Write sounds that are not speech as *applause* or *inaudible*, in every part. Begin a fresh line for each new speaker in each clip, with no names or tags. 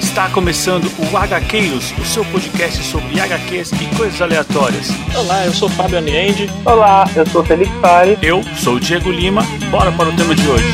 Está começando o HQueiros, o seu podcast sobre HQs e coisas aleatórias.
Olá, eu sou o Fábio Aniende.
Olá, eu sou o Felipe Fari.
Eu sou o Diego Lima, bora para o tema de hoje.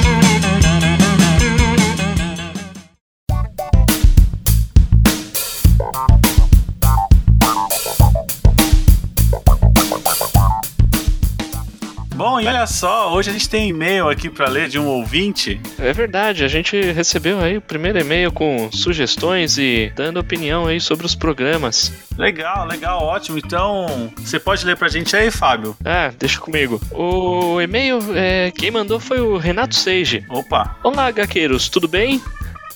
Bom, e olha só, hoje a gente tem e-mail aqui para ler de um ouvinte.
É verdade, a gente recebeu aí o primeiro e-mail com sugestões e dando opinião aí sobre os programas.
Legal, legal, ótimo. Então, você pode ler pra gente aí, Fábio?
Ah, deixa comigo. O e-mail, é, quem mandou foi o Renato Seige.
Opa,
Olá, HQueiros, tudo bem?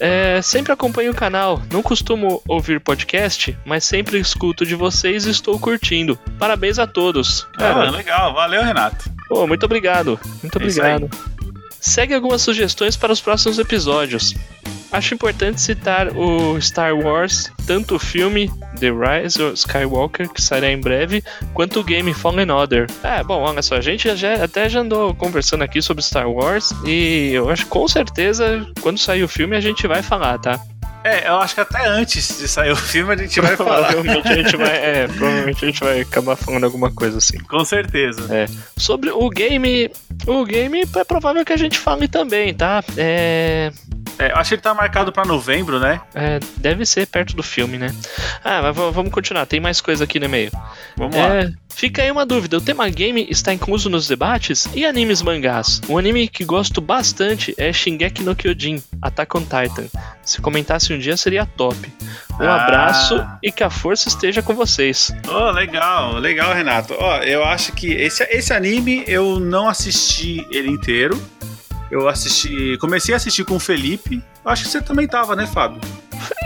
É, sempre acompanho o canal, não costumo ouvir podcast, mas sempre escuto de vocês e estou curtindo. Parabéns a todos.
cara, Ah, legal, valeu, Renato.
Pô, muito obrigado. Muito
É isso aí.
obrigado. Segue algumas sugestões para os próximos episódios. Acho importante citar o Star Wars, tanto o filme The Rise of Skywalker, que sairá em breve, quanto o game Fallen Order. É, bom, olha só, a gente já, até já andou conversando aqui sobre Star Wars e eu acho que com certeza quando sair o filme a gente vai falar, tá?
É, eu acho que até antes de sair o filme a gente vai falar.
Provavelmente a gente vai, é, provavelmente a gente vai acabar falando alguma coisa assim.
Com certeza.
Sobre o game, o game é provável que a gente fale também, tá? É,
É, eu acho que ele tá marcado pra novembro, né?
é, deve ser perto do filme, né? Ah, mas v- vamos continuar, tem mais coisa aqui no e-mail.
Vamos lá.
É, fica aí uma dúvida: o tema game está incluso nos debates? E animes mangás? Um anime que gosto bastante é Shingeki no Kyojin, Attack on Titan. Se comentasse um dia seria top. Um
Ah.
abraço e que a força esteja com vocês.
Oh, legal, legal, Renato. Ó, eu acho que esse, esse anime eu não assisti ele inteiro. Eu assisti. Comecei a assistir com o Felipe. Eu acho que você também tava, né, Fábio?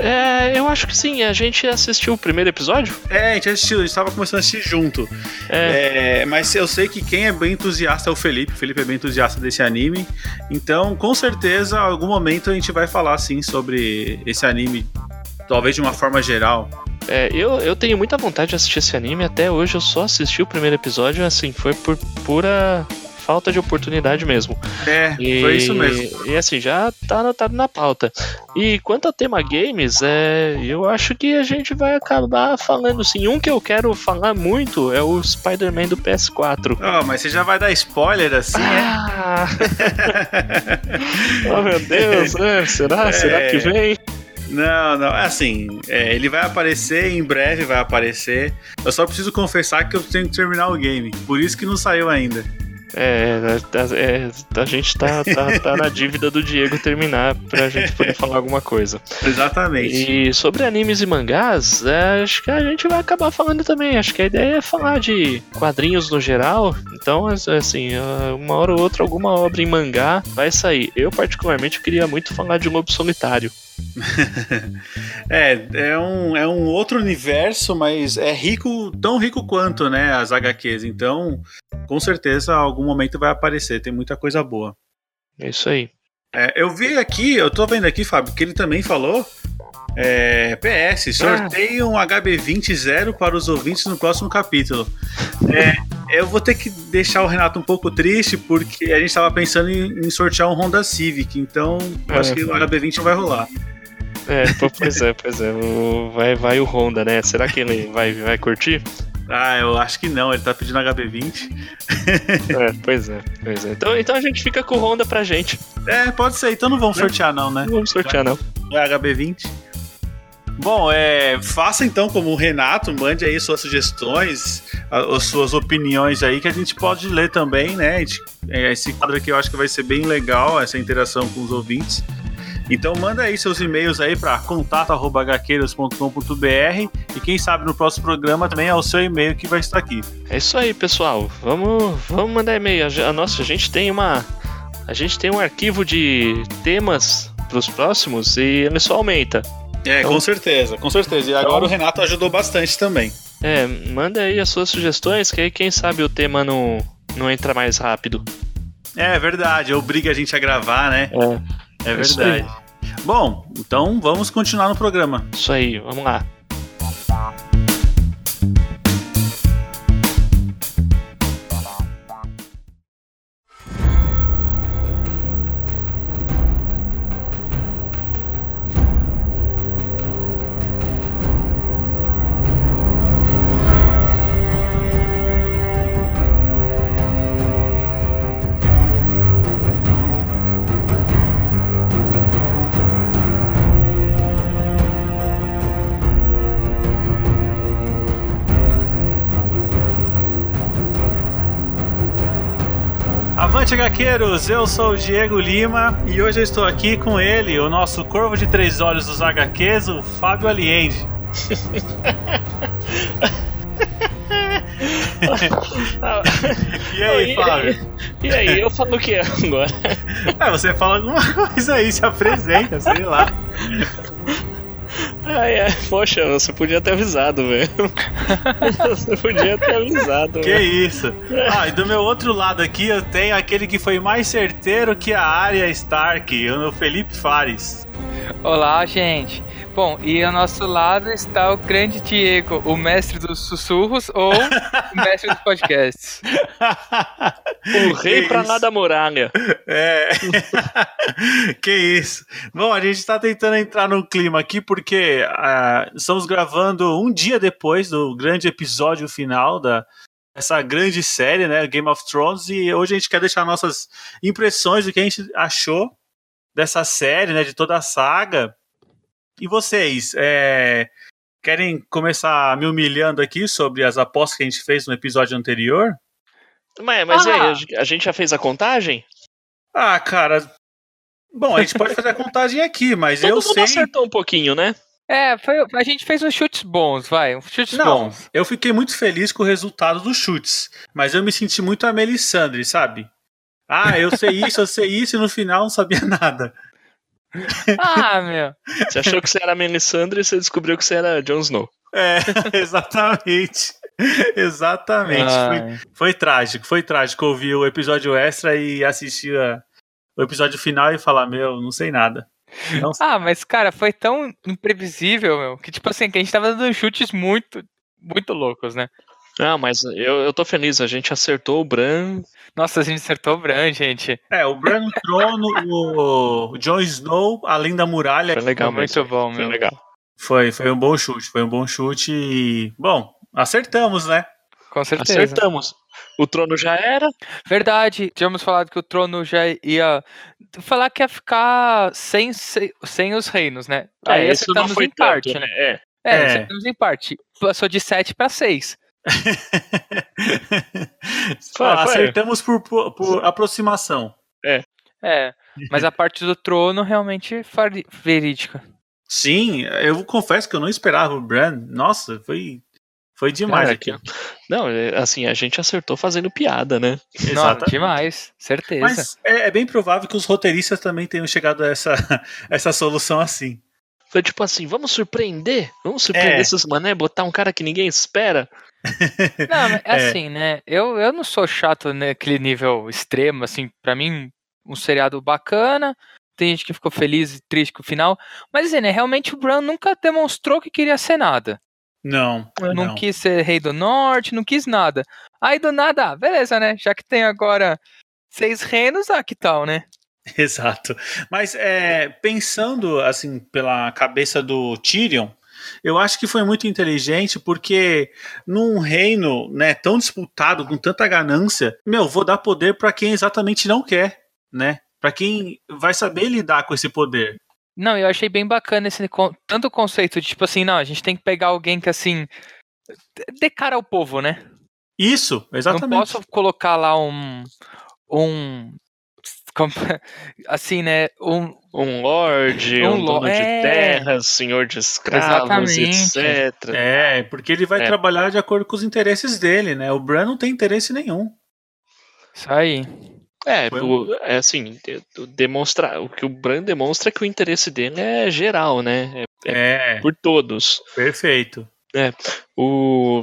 É, eu acho que sim, a gente assistiu o primeiro episódio?
É, a gente assistiu, a gente tava começando a assistir junto.
É.
É, mas eu sei que quem é bem entusiasta é o Felipe. O Felipe é bem entusiasta desse anime. Então, com certeza, em algum momento a gente vai falar sim sobre esse anime. Talvez de uma forma geral.
É, eu, eu tenho muita vontade de assistir esse anime, até hoje eu só assisti o primeiro episódio, assim, foi por pura falta de oportunidade mesmo.
É,
E,
foi isso mesmo.
E assim, já tá anotado na pauta. E quanto ao tema games, é, eu acho que a gente vai acabar falando assim. Um que eu quero falar muito é o Spider-Man do PS4.
Ó, Ah, mas você já vai dar spoiler assim, é?
Ah! *laughs* oh meu
*laughs*
Deus, é, será? Será que vem?
Não, não, é assim, é, ele vai aparecer, em breve vai aparecer. Eu só preciso confessar que eu tenho que terminar o game, por isso que não saiu ainda.
É, a- é, a gente tá, tá, tá na dívida do Diego terminar pra gente poder falar alguma coisa.
Exatamente.
E sobre animes e mangás, é, acho que a gente vai acabar falando também. Acho que a ideia é falar de quadrinhos no geral. Então, as- assim, ah, uma hora ou outra, alguma obra em mangá vai sair. Eu, particularmente, queria muito falar de um Lobo Solitário.
É, é um, é um outro universo, mas é rico, tão rico quanto, né, as HQs. Então, com certeza, algum momento vai aparecer, tem muita coisa boa.
É isso aí.
É, eu vi aqui, eu tô vendo aqui, Fábio, que ele também falou. é, PS, sorteio um HB20 zero para os ouvintes no próximo capítulo. É, eu vou ter que deixar o Renato um pouco triste, porque a gente estava pensando em, em sortear um Honda Civic, então eu
É,
acho que o HB20 não vai rolar.
É, po- pois é, pois é. O- Vai, vai o Honda, né? Será que ele vai, vai curtir?
Ah, eu acho que não, ele tá pedindo HB20.
É, pois é, pois é. Então, então a gente fica com o Honda pra gente.
É, pode ser, então não vamos sortear, não, né?
Não vamos sortear, não.
Não é HB20. Bom, é, faça então como o Renato, mande aí suas sugestões, a- as suas opiniões aí, que a gente pode ler também, né? A gente- é, esse quadro aqui eu acho que vai ser bem legal, essa interação com os ouvintes. Então manda aí seus e-mails aí para contato.hqueiros.com.br e quem sabe no próximo programa também é o seu e-mail que vai estar aqui.
É isso aí, pessoal. Vamos, vamos mandar e-mail. A ge- A nossa, a gente tem uma, a gente tem um arquivo de temas para os próximos e ele só aumenta.
É,
com
certeza, com certeza. E
agora o
Renato ajudou bastante também.
É, manda aí as suas sugestões, que aí quem sabe o tema não não entra mais rápido.
É verdade, obriga a gente a gravar, né?
É.
É
É isso aí.
verdade. Bom, então vamos continuar no programa.
Isso aí, vamos lá.
Avante, HQueiros! Eu sou o Diego Lima e hoje eu estou aqui com ele, o nosso corvo de três olhos dos HQs, o Fábio Aliende. É.
*laughs*
E aí,
Ah, E-
Fábio?
E aí, eu falo o que agora?
É, você fala alguma *laughs* coisa aí, se apresenta, sei lá.
Ai, ai, Ah, é, poxa, você podia ter avisado, velho. *laughs* Você podia ter avisado.
Que
velho.
isso? Ah, e do meu outro lado aqui eu tenho aquele que foi mais certeiro que a área Stark, o Felipe Fares. *laughs*
Olá, gente. Bom, e ao nosso lado está o grande Diego, o mestre dos sussurros
*laughs*
ou o mestre dos podcasts.
O rei
Que
pra
isso?
lá da muralha.
É. *laughs* que isso. Bom, a gente tá tentando entrar no clima aqui porque ah, estamos gravando um dia depois do grande episódio final da essa grande série, né, Game of Thrones, e hoje a gente quer deixar nossas impressões do que a gente achou dessa série, né, de toda a saga. E vocês, é, querem começar me humilhando aqui sobre as apostas que a gente fez no episódio anterior?
Mas, mas
Ah.
e aí, a gente já fez a contagem?
Ah, cara. Bom, a gente pode fazer a contagem aqui, mas
Todo
eu
mundo
sei.
acertou um pouquinho, né?
É, foi, a gente fez uns chutes bons, vai, uns chutes
Não,
bons.
eu fiquei muito feliz com o resultado dos chutes, mas eu me senti muito a Melisandre, sabe? Ah, eu sei isso, eu sei isso, e no final não sabia *laughs* nada.
Ah,
*laughs*
meu.
Você achou que você era Melisandre e você descobriu que você era Jon Snow.
É, *laughs* exatamente. Exatamente. Foi,
Ai.
foi trágico, foi trágico ouvir o episódio extra e assistir a- o episódio final e falar, meu, não sei nada. Não sei.
Ah, mas cara, foi tão imprevisível, meu, que tipo assim, que a gente tava dando chutes muito, muito loucos, né?
Ah, mas eu, eu tô feliz, a gente acertou o Bran.
Nossa, a gente acertou o Bran, gente.
É, o Bran no Trono, o, o Jon Snow, além da muralha,
Foi legal,
Foi
mesmo.
muito bom,
Foi
meu.
legal.
Foi, foi um bom chute, foi um bom chute e. Bom, acertamos, né?
Com certeza.
Acertamos. O trono já era.
Verdade, tínhamos falado que o trono já ia. Falar que ia ficar sem, sem, sem os reinos, né?
é,
Aí
isso não
acertamos
foi
em parte,
tanto,
né?
É.
É,
É.
acertamos em parte. Passou de 7 pra 6.
*laughs*
Foi,
Ah,
foi.
acertamos por, por, por aproximação.
É, mas a parte do trono realmente fari- verídica.
Sim, eu confesso que eu não esperava o Bran. Nossa, foi, foi demais
Cara,
aqui.
Não, é, assim, a gente acertou fazendo piada, né?
Nossa,
Exato.
demais, certeza.
Mas é, é bem provável que os roteiristas também tenham chegado a essa, *laughs* essa solução assim.
Foi tipo assim, vamos surpreender? Vamos surpreender
É.
essas mané, botar um cara que ninguém espera?
Não, mas
*laughs* É.
é assim, né? Eu, eu não sou chato naquele nível extremo, assim, pra mim, um seriado bacana. Tem gente que ficou feliz e triste com o final. Mas assim, né? Realmente o Bran nunca demonstrou que queria ser nada.
Não,
não,
não.
quis ser rei do norte, não quis nada. Aí do nada, ah, beleza, né? Já que tem agora seis reinos, ah, que tal, né?
*laughs* Exato. Mas é, pensando assim pela cabeça do Tyrion, eu acho que foi muito inteligente porque num reino né, tão disputado, com tanta ganância, meu, vou dar poder para quem exatamente não quer, né? Para quem vai saber lidar com esse poder.
Não, eu achei bem bacana esse con- tanto o conceito de tipo assim, não, a gente tem que pegar alguém que assim dê cara ao povo, né?
Isso,
Não
exatamente.
posso colocar lá um um como- *laughs* assim, né, um
Um lorde, um,
Um lo-
dono de
é.
terras, senhor de escravos,
Exatamente.
etc.
É, porque ele vai
É.
trabalhar de acordo com os interesses dele, né? O Bran não tem interesse nenhum.
isso aí.
É,
Foi
o- é assim, de- do- demonstra, o que o Bran demonstra é que o interesse dele é geral, né?
É,
É por todos.
perfeito.
O.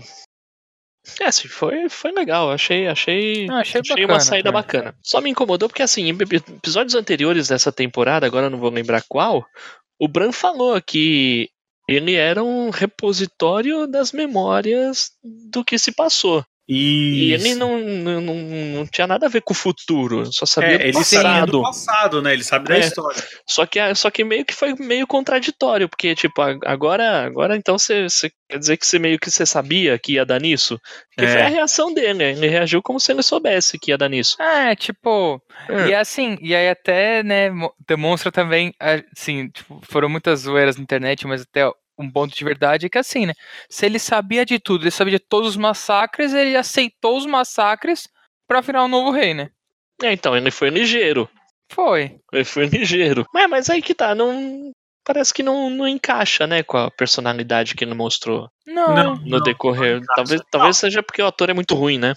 É, assim, foi, foi legal. Achei, achei,
Não, achei
uma
bacana,
saída
cara.
bacana. Só me incomodou porque, assim, em ep- episódios anteriores dessa temporada, agora eu não vou lembrar qual, o Bran falou que ele era um repositório das memórias do que se passou. E ele não, não, não, não tinha nada a ver com o futuro, só sabia
É,
do
ele sabe
passado.
do passado, né? Ele sabe da
É.
história.
Só que, a- só que meio que foi meio contraditório, porque, tipo, a- agora, agora então você você- quer dizer que você meio que você sabia que ia dar nisso? Que
É.
foi a reação dele, né? ele reagiu como se ele soubesse que ia dar nisso.
É, tipo,
É.
e assim, e aí até, né, mo- demonstra também, assim, tipo, foram muitas zoeiras na internet, mas até um ponto de verdade é que assim, né, se ele sabia de tudo, ele sabia de todos os massacres, ele aceitou os massacres pra virar um novo rei, né?
É, então, ele foi ligeiro.
Foi.
Ele foi *laughs* ligeiro. Mas, mas aí que tá, não. Parece que não, não encaixa, né, com a personalidade que ele mostrou
Não.
Não.
no decorrer.
encaixa.
talvez talvez seja porque o ator é muito ruim, né?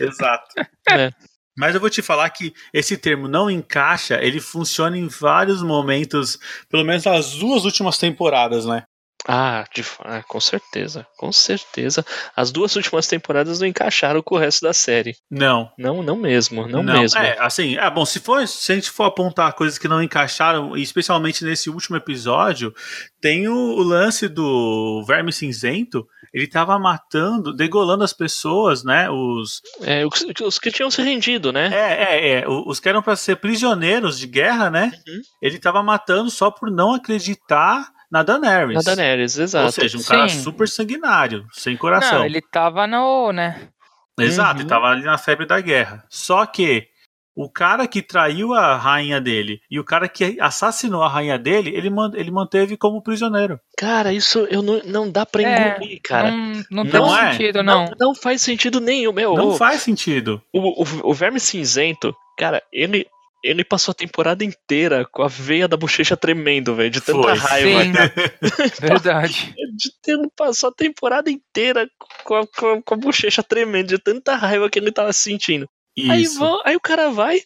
Exato.
É.
Mas eu vou te falar que esse termo não encaixa, ele funciona em vários momentos, pelo menos nas duas últimas temporadas, né?
Ah, de fa- ah, com certeza, com certeza. As duas últimas temporadas não encaixaram com o resto da série.
Não.
Não, não mesmo, não, mesmo.
É, assim, é bom, se, for, se a gente for apontar coisas que não encaixaram, e especialmente nesse último episódio, tem o, o lance do Verme Cinzento, ele tava matando, degolando as pessoas, né? Os,
É, os, os que tinham se rendido, né?
É, é, é. O- Os que eram pra ser prisioneiros de guerra, né?
Uhum.
Ele tava matando só por não acreditar na Daenerys.
Na Daenerys, exato.
É, Ou seja, um cara
Sim.
super sanguinário, sem coração.
*laughs* Não, ele tava no, né?
Exato, ele
Uhum.
tava ali na febre da guerra. Só que o cara que traiu a rainha dele e o cara que assassinou a rainha dele, ele, man- ele manteve como prisioneiro.
Cara, isso eu não, não dá pra
É,
engolir, cara.
não, não,
não
tem
é.
sentido, não.
não faz sentido nenhum, meu.
Não
o,
faz sentido.
o, o- o Verme Cinzento, cara, ele, ele passou a temporada inteira com a veia da bochecha tremendo, velho, de tanta
Foi.
raiva.
Sim. Verdade.
de ter passou a temporada inteira com a, com, a, com a bochecha tremendo, de tanta raiva que ele tava sentindo. Aí,
Isso.
vão, aí o cara vai,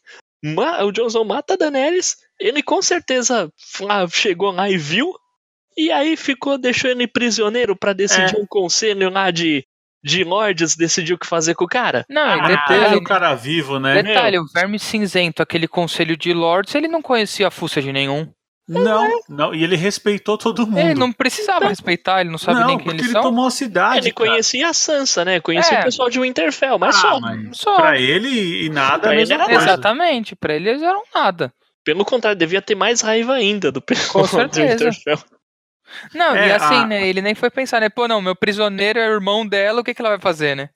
ma- o Johnson mata a Daenerys, ele com certeza ah, chegou lá e viu, e aí ficou, deixou ele prisioneiro pra
É.
decidir um conselho lá de, de lords, decidir o que fazer com o cara.
Não, e
Ah,
detalhe,
o cara vivo, né?
detalhe, o verme cinzento, aquele conselho de lords, ele não conhecia a fuça de nenhum.
Não, não. E ele respeitou todo mundo.
é.
Então,
Ele não precisava respeitar, ele não sabe
Não,
nem quem
porque
eles
ele
são.
tomou a cidade.
ele
cara.
conhecia a Sansa, né? Conhecia
Ah, É.
o pessoal de Winterfell, mas
Ah,
só.
mas
Só.
Pra ele e nada,
Pra
é a
ele
mesma
era
coisa.
Exatamente, pra ele eles eram nada.
Pelo contrário, devia ter mais raiva ainda do *laughs* pessoal de
certeza.
Winterfell.
Não, e
É,
assim,
a-
né? Ele nem foi pensar, né? Pô, não, meu prisioneiro é o irmão dela, o que, que ela vai fazer, né?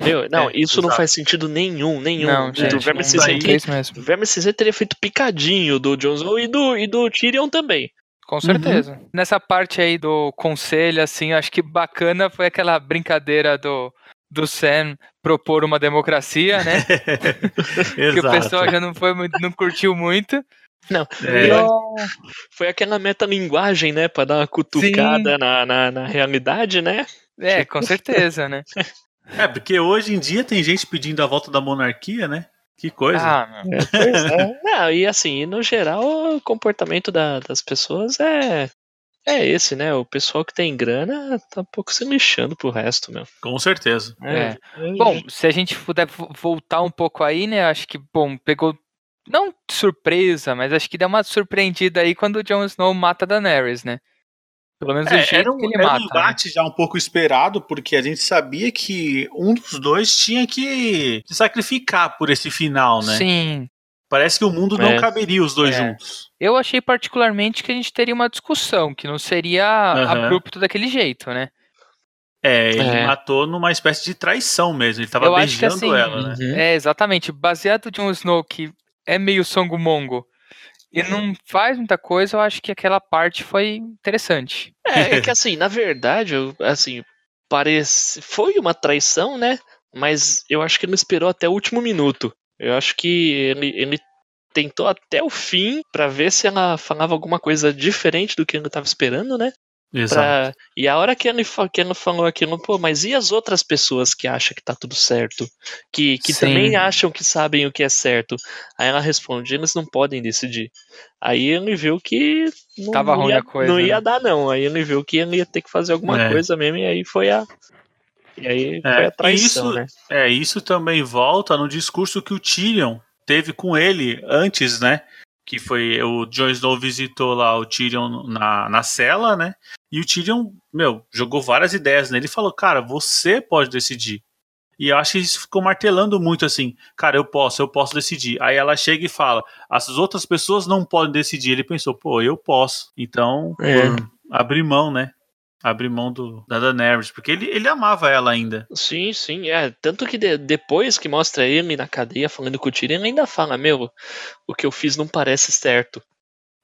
Meu, não,
É,
isso não
exato.
faz sentido nenhum, nenhum.
Não,
do
gente,
Verme
não
Cinzento.
dá, é isso mesmo.
O Verme Cinzento teria feito picadinho do Jon Snow e do, e do Tyrion também.
Uhum.
Com certeza. Nessa parte aí do conselho, assim, acho que bacana foi aquela brincadeira do, do Sam propor uma democracia, né?
*laughs*
que
*laughs*
o
Exato.
pessoal já não foi muito, não curtiu muito.
É,
Não. Foi aquela metalinguagem, né? Pra dar uma cutucada na, na, na realidade, né?
É, com certeza, né?
é, porque hoje em dia tem gente pedindo a volta da monarquia, né? Que coisa.
Ah, meu.
Não, e assim, no geral, o comportamento da- das pessoas é. É esse, né? O pessoal que tem grana tá um pouco se lixando pro resto, meu.
Com certeza.
É. Bom, se a gente puder vo- voltar um pouco aí, né? Acho que, bom, pegou. Não de surpresa, mas acho que deu uma surpreendida aí quando o Jon Snow mata a Daenerys, né? Pelo menos o
É,
jeito
era um,
que ele
era um
mata. né?
embate já um pouco esperado, porque a gente sabia que um dos dois tinha que se sacrificar por esse final, né?
Sim.
Parece que o mundo não
É.
caberia os dois
É.
juntos.
Eu achei particularmente que a gente teria uma discussão, que não seria
Aham.
abrupto daquele jeito, né?
É, ele
É.
matou numa espécie de traição mesmo. Ele tava
Eu acho que
beijando
assim,
ela, né?
Uhum.
É, exatamente. Baseado de um Snow que é meio songo-mongo e não faz muita coisa, eu acho que aquela parte foi interessante.
É, é que assim, na verdade, eu- assim, parece foi uma traição, né? Mas eu acho que ele não esperou até o último minuto. Eu acho que ele, ele tentou até o fim pra ver se ela falava alguma coisa diferente do que ele tava esperando, né?
Exato.
Pra... E a hora que ele, fa- que ele falou aquilo, pô, mas e as outras pessoas que acham que tá tudo certo? Que, que
Sim.
também acham que sabem o que é certo? Aí ela responde, eles não podem decidir. Aí ele viu que não,
Tava
não
ruim
ia,
a coisa,
não
né?
ia dar, não. Aí ele viu que ele ia ter que fazer alguma
É.
coisa mesmo, e aí foi a. E aí
É,
foi
e
a traição,
isso-
né?
É, isso também volta no discurso que o Tyrion teve com ele antes, né? Que foi o Jon Snow visitou lá o Tyrion na, na cela, né? E o Tyrion, meu, jogou várias ideias nele e falou, cara, você pode decidir. E eu acho que isso ficou martelando muito assim, cara, eu posso, eu posso decidir. Aí ela chega e fala, as outras pessoas não podem decidir. Ele pensou, pô, eu posso. Então,
É.
hum, abrir mão, né? Abrir mão do, da Daenerys, porque ele, ele amava ela ainda.
Sim, sim, é. Tanto que de- depois que mostra ele na cadeia falando com o Tyrion, ele ainda fala, meu, o que eu fiz não parece certo.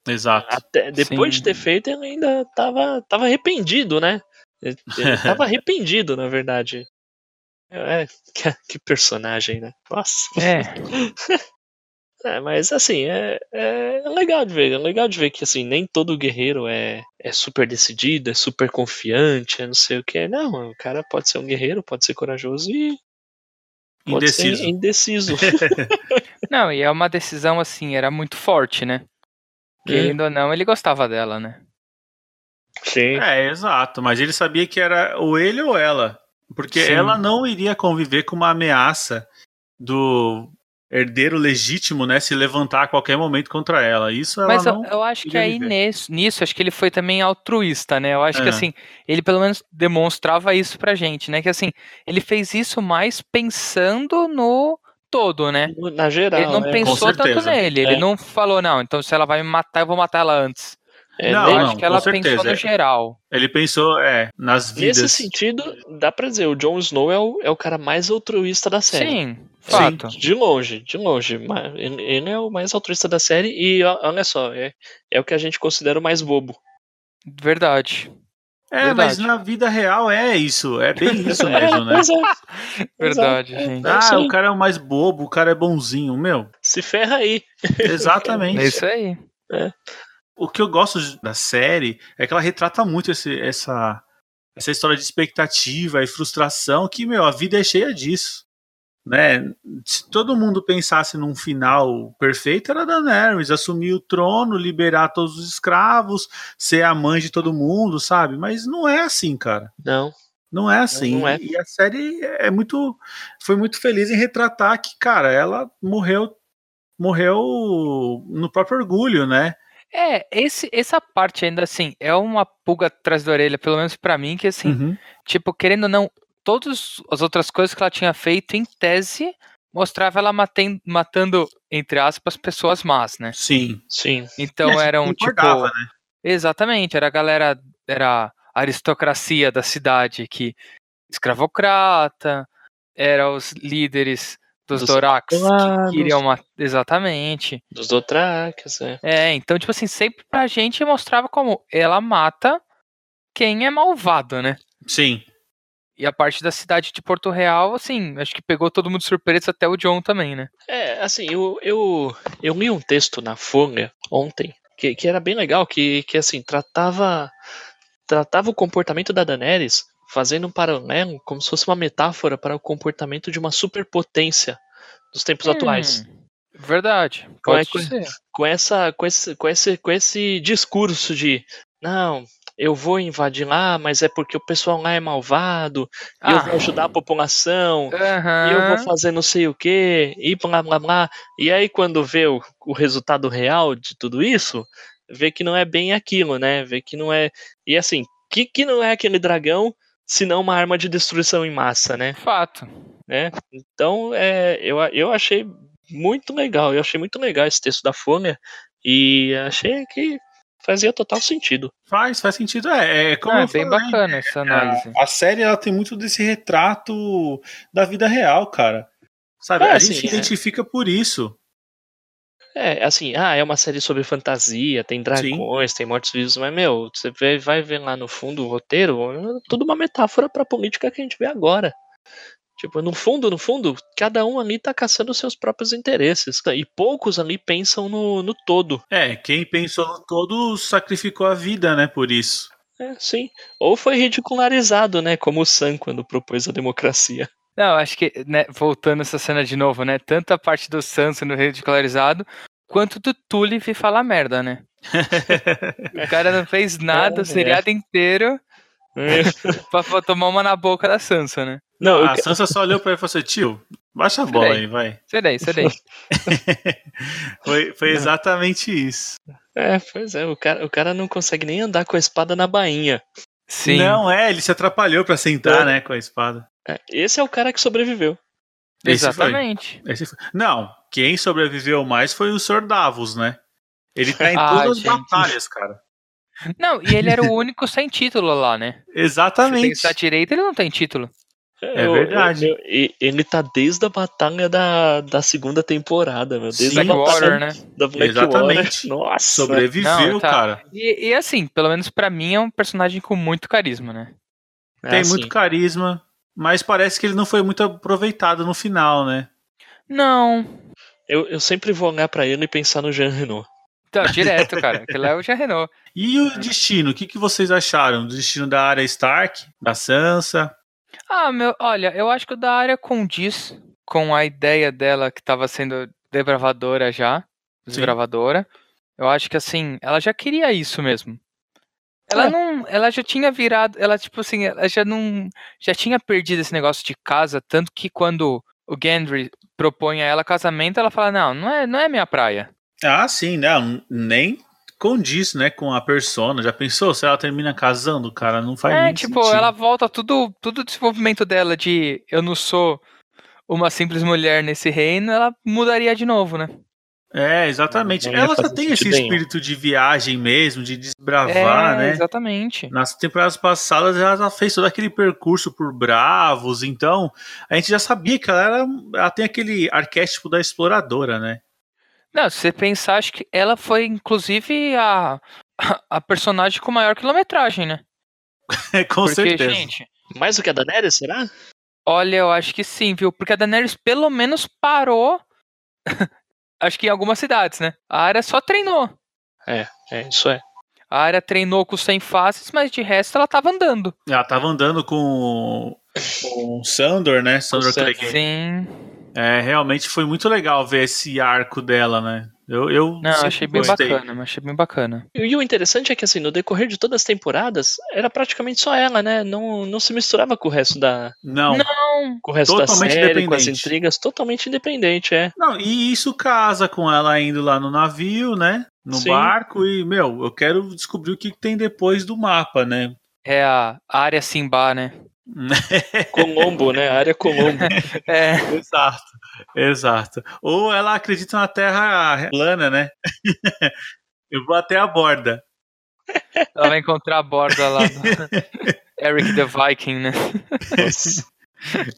Exato.
Até depois
Sim.
de ter feito, ele ainda tava, tava arrependido, né? Ele ele tava arrependido, na verdade. É, que, que personagem, né? Nossa.
É.
É, mas assim, é, é legal de ver. É legal de ver que assim, nem todo guerreiro é, é super decidido, é super confiante, é não sei o que. Não, o cara pode ser um guerreiro, pode ser corajoso e. Pode
Indeciso.
ser indeciso.
Não, e é uma decisão assim, era muito forte, né?
É.
Querendo ou não, ele gostava dela, né?
Sim.
É, exato. Mas ele sabia que era ou ele ou ela. Porque
Sim.
ela não iria conviver com uma ameaça do herdeiro legítimo, né? Se levantar a qualquer momento contra ela. Isso ela
Mas eu,
não.
eu acho que
queria
aí
viver.
nisso, nisso, acho que ele foi também altruísta, né? Eu acho
É.
que assim, ele pelo menos demonstrava isso pra gente, né? Que assim, ele fez isso mais pensando no todo, né?
Na geral.
Ele não
né?
pensou tanto
é. certeza.
nele, ele
É.
não falou, não, então se ela vai me matar, eu vou matar ela antes.
É,
Não,
eu
nem-
acho que
com
ela
certeza,
pensou no
é.
geral.
Ele pensou, é, nas
Nesse
vidas.
sentido, dá pra dizer, o Jon Snow é o, é o cara mais altruísta da série.
Sim, fato.
De longe, de longe. Ma- Ele ele é o mais altruísta da série e ó, olha só, é, é o que a gente considera o mais bobo.
Verdade.
É, mas
Verdade.
na vida real é isso. É bem isso mesmo,
*laughs* É,
né?
pois é.
Verdade, gente.
É isso
Ah,
aí.
o cara é o mais bobo, o cara é bonzinho.
*laughs*
Meu,
Se ferra aí.
exatamente.
É isso aí.
o que eu gosto da série é que ela retrata muito esse- essa, essa história de expectativa e frustração, que, meu, a vida é cheia disso. Né? Se todo mundo pensasse num final perfeito, era Daenerys assumir o trono, liberar todos os escravos, ser a mãe de todo mundo, sabe? Mas não é assim, cara.
Não.
Não é assim.
não é.
E a série é muito, foi muito feliz em retratar que, cara, ela morreu, morreu no próprio orgulho, né?
É, esse, essa parte ainda assim, é uma pulga atrás da orelha, pelo menos pra mim, que assim,
Uhum.
tipo, querendo ou não, todas as outras coisas que ela tinha feito, em tese, mostrava ela maten- matando, entre aspas, pessoas más, né?
Sim.
Sim.
E a
Então
gente
eram, tipo.
concordava, né?
Exatamente, era a galera, era a aristocracia da cidade que escravocrata, era os líderes dos,
Dos
Dorax que
escravos.
queriam matar. Exatamente.
Dos Dothraques, é.
É, então, tipo assim, sempre pra gente mostrava como ela mata quem é malvado, né?
Sim.
E a parte da cidade de Porto Real, assim, acho que pegou todo mundo de surpresa, até o John também, né?
É, assim, eu, eu, eu li um texto na Folha ontem que, que era bem legal, que, que assim, tratava, tratava o comportamento da Daenerys fazendo um paralelo como se fosse uma metáfora para o comportamento de uma superpotência dos tempos atuais.
Hum, Verdade.
Qual é
Pode ser.
com essa com esse, com esse com esse discurso de não eu vou invadir lá mas é porque o pessoal lá é malvado e eu
Ah,
vou ajudar a população e eu
aham.
vou fazer não sei o que e blá blá blá e aí quando vê o, o resultado real de tudo isso vê que não é bem aquilo né vê que não é e assim que que não é aquele dragão senão uma arma de destruição em massa né
Fato.
né? Então, é, eu, a- eu achei muito legal, eu achei muito legal esse texto da Folha e achei que fazia total sentido.
Faz, faz sentido. É, é como
Ah, é
eu
bem
falei, né?
bacana assim. essa análise.
A, a série ela tem muito desse retrato da vida real, cara. Sabe?
É,
a gente
assim,
se
é.
identifica por isso.
É, assim, ah, é uma série sobre fantasia, tem dragões, tem mortos-vivos, mas, meu, você vê- vai ver lá no fundo o roteiro, é tudo uma metáfora pra política que a gente vê agora. Tipo, no fundo, no fundo, cada um ali tá caçando os seus próprios interesses, e poucos ali pensam no, no todo.
É, quem pensou no todo sacrificou a vida, né? Por isso.
*laughs*
É, sim. Ou foi ridicularizado, né? Como o Sam quando propôs a democracia. *laughs*
Não, acho que, né, voltando essa cena de novo, né? Tanto a parte do Sansa sendo ridicularizado, quanto do Tully vir falar merda, né? O cara não fez nada
*laughs* É,
o seriado inteiro pra, pra tomar uma na boca da Sansa, né?
Não, eu
a
que-
Sansa só olhou pra ele e falou assim: tio, baixa a bola
Peraí.
aí, vai.
Sei
*laughs*
daí, sei daí.
Foi, foi exatamente isso.
é, pois é, o cara, o cara não consegue nem andar com a espada na bainha.
Sim.
Não, é, ele se atrapalhou pra sentar,
É.
né? Com a espada.
É, esse é o cara que sobreviveu.
Esse foi.
exatamente.
Esse foi- Não, quem sobreviveu mais foi o Sr. Davos, né? Ele tá em
Ah,
todas
gente.
as batalhas, cara.
Não, e ele era o único sem título lá, né? Se
Exatamente.
pensar direito, ele não tem título.
É verdade.
meu, e- ele tá desde a batalha da, da segunda temporada, meu. Desde a
Sim.
Blackwater,
batalha
né?
da Blackwater.
Exatamente.
Nossa.
Sobreviveu,
Não, tá.
cara.
E, e assim, pelo menos pra mim é um personagem com muito carisma, né?
É,
Tem
assim,
muito carisma. Mas parece que ele não foi muito aproveitado no final, né?
Não.
Eu, eu sempre vou olhar pra ele e pensar no Jean Renault.
Tá, direto, cara. Aquilo é o Jean Renault.
E
É.
o destino? O que, que vocês acharam do destino da área Stark, da Sansa?
Ah, meu, olha, eu acho que o da área condiz com a ideia dela que tava sendo debravadora já, desbravadora. Eu acho que assim, ela já queria isso mesmo. Ela
É.
não, ela já tinha virado, ela tipo assim, ela já não, já tinha perdido esse negócio de casa, tanto que quando o Gendry propõe a ela casamento, ela fala: "Não, não é, não é minha praia".
Ah, sim, né? Nem condiz, né, com a persona. Já pensou? Se ela termina casando, cara, não faz
é,
nem
tipo,
sentido.
ela volta tudo, tudo o desenvolvimento dela de eu não sou uma simples mulher nesse reino, ela mudaria de novo, né?
É, exatamente.
Não ia
ela já
fazer
tem esse
sentido nenhum.
espírito de viagem mesmo, de desbravar,
é,
né?
exatamente.
Nas temporadas passadas ela já fez todo aquele percurso por Bravos, então a gente já sabia que ela, era, ela tem aquele arquétipo da exploradora, né? *laughs*
Não, se você pensar, acho que ela foi, inclusive, a, *laughs* a, a personagem com maior quilometragem, né?
Com
Porque,
certeza.
gente,
Mais do que a Daenerys, será?
olha, eu acho que sim, viu? Porque a Daenerys pelo menos parou, *laughs* acho que em algumas cidades, né? A área só treinou.
É, isso é.
A área treinou com os sem faces, mas de resto ela tava andando.
Ela tava andando com, com o Sandor, né? Sandor
Sandor.
Clegane.
Sim.
É, realmente foi muito legal ver esse arco dela, né? Eu, eu
Não,
sempre
achei bem
gostei.
bacana, mas achei bem bacana.
E e o interessante é que, assim, no decorrer de todas as temporadas, era praticamente só ela, né? Não, não se misturava com o resto da,
Não, não.
com o resto
Totalmente
da série, com as
independente.
intrigas, totalmente independente, é.
e isso casa com ela indo lá no navio, né? No
Sim.
barco, e, meu, eu quero descobrir o que que tem depois do mapa, né?
É a área Simba, né?
Colombo, né? A
*laughs*
área Colombo.
É.
Exato, exato. Ou ela acredita na terra plana, né? *laughs* Eu vou até a borda.
Ela vai encontrar a borda lá do
*laughs*
Eric the Viking, né?
Nossa.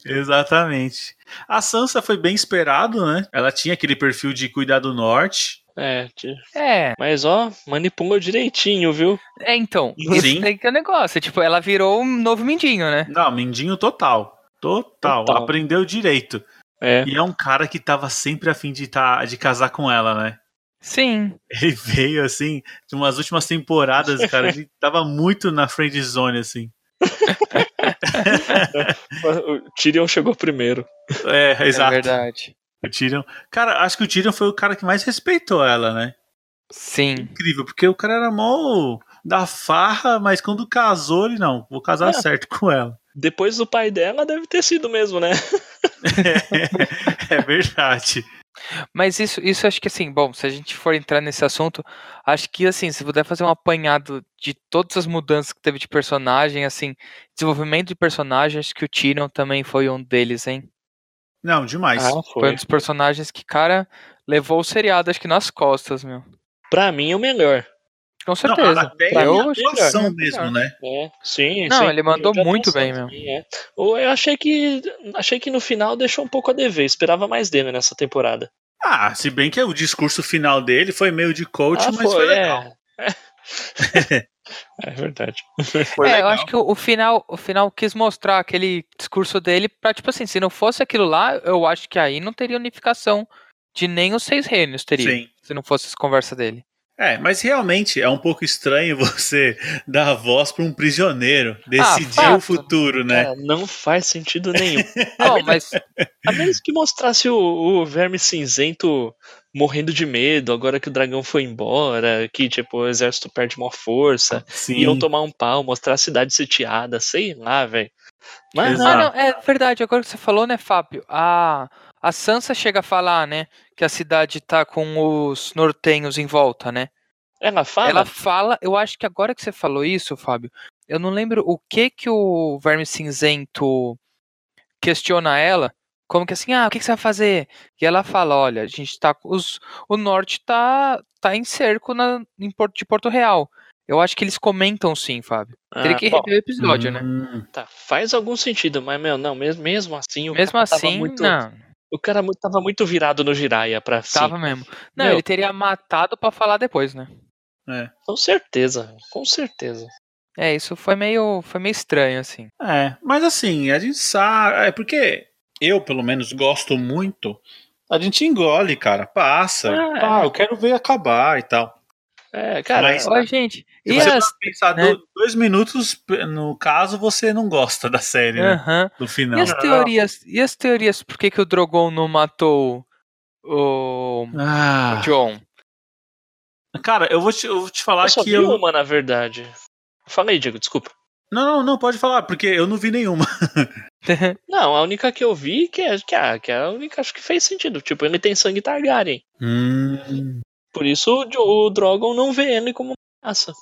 Exatamente. A Sansa foi bem esperado, né? Ela tinha aquele perfil de cuidar do norte.
É, de-
É,
mas ó, manipula direitinho, viu?
É, então,
Sim.
isso daí que é o negócio. Tipo, ela virou um novo mindinho, né?
Não, mendinho total. Total.
Total.
Aprendeu direito.
É.
E é um cara que tava sempre afim de, tá, de casar com ela, né?
Sim.
Ele *laughs* veio assim, de umas últimas temporadas, cara. Ele tava muito na friend zone, assim.
O Tyrion chegou primeiro.
É,
É
exato.
verdade.
o Tyrion. Cara, acho que o Tyrion foi o cara que mais respeitou ela, né?
Sim.
incrível, porque o cara era mó da farra, mas quando casou, ele não, vou casar
É.
certo com ela.
Depois do pai dela, deve ter sido mesmo, né?
é verdade.
Mas isso, isso acho que assim, bom, se a gente for entrar nesse assunto, acho que assim, se puder fazer um apanhado de todas as mudanças que teve de personagem, assim, desenvolvimento de personagem, acho que o Tyrion também foi um deles, hein?
Não,
Ah,
demais.
Foi, um dos personagens que, cara, levou o seriado, acho que nas costas, meu.
Pra mim, é o melhor.
Com
Não,
certeza.
até
Pra
em
mim, o
atuação
melhor.
mesmo, né?
É, sim,
Não,
sim.
ele mandou
Eu já
muito
pensava,
bem, meu.
sim, é. Ou Eu achei que achei que no final deixou um pouco a dever, esperava mais dele nessa temporada.
Ah, se bem que o discurso final dele foi meio de coach,
Ah,
mas foi, legal.
é. *laughs* É verdade.
Foi
é, eu
legal.
acho que o o final, o final quis mostrar aquele discurso dele pra, tipo assim, se não fosse aquilo lá, eu acho que aí não teria unificação de nem os seis reinos teria.
Sim.
Se não fosse essa
*laughs*
conversa dele.
É, mas realmente é um pouco estranho *laughs* você dar a voz pra um prisioneiro decidir
Ah, fato. É.
o futuro, né?
Cara, É, não faz sentido nenhum.
É
Não, mas
A menos que mostrasse o, o verme cinzento morrendo de medo agora que o dragão foi embora, que tipo, o exército perde uma força,
Sim.
iam tomar um pau, mostrar a cidade sitiada, sei lá, velho. Mas
Exato.
não,
ah, não, é verdade, agora que você falou, né, Fábio? A, a Sansa chega a falar, né, que a cidade tá com os nortenhos em volta, né?
ela fala.
Ela fala, eu acho que agora que você falou isso, Fábio, eu não lembro o que que o Verme Cinzento questiona ela, como que assim, ah, o que, que você vai fazer? E ela fala, olha, a gente tá, com os, o norte tá, tá em cerco na, em Porto, de Porto Real. Eu acho que eles comentam sim, Fábio.
Ah,
Teria que
bom,
rever o episódio, né?
Hum,
tá, faz algum sentido, mas meu, não, mes- mesmo, assim, o
Mesmo
cara tava
assim,
muito,
não,
o cara mu- tava muito virado no Jiraya pra sim.
tava mesmo. Não,
Meu.
ele teria matado pra falar depois, né?
é.
Com certeza, com certeza.
É, isso foi meio, foi meio estranho, assim.
É, mas assim, a gente sabe. É porque eu, pelo menos, gosto muito. A gente engole, cara. Passa.
É.
Ah,
Ah, eu quero ver acabar e tal.
É, tá cara,
Mas-
Ó, gente,
Se
e
você
as...
for pensar
né?
do- dois minutos, no caso, você não gosta da série, né?
Aham.
Do
É. E
final.
as teorias? E as teorias por que, que o Drogon não matou o
Ah.
John? *laughs*
Cara, eu vou te, eu vou te falar
eu só
que
vi
eu.
uma, na verdade. Falei, Diego, desculpa.
Não, não, não, pode falar, porque eu não vi nenhuma.
Não, a única que eu vi que é, que é, que é a única acho que fez sentido. Tipo, ele tem sangue Targaryen.
Hum.
Por isso o, Jo- o Drogon não vê ele como ameaça.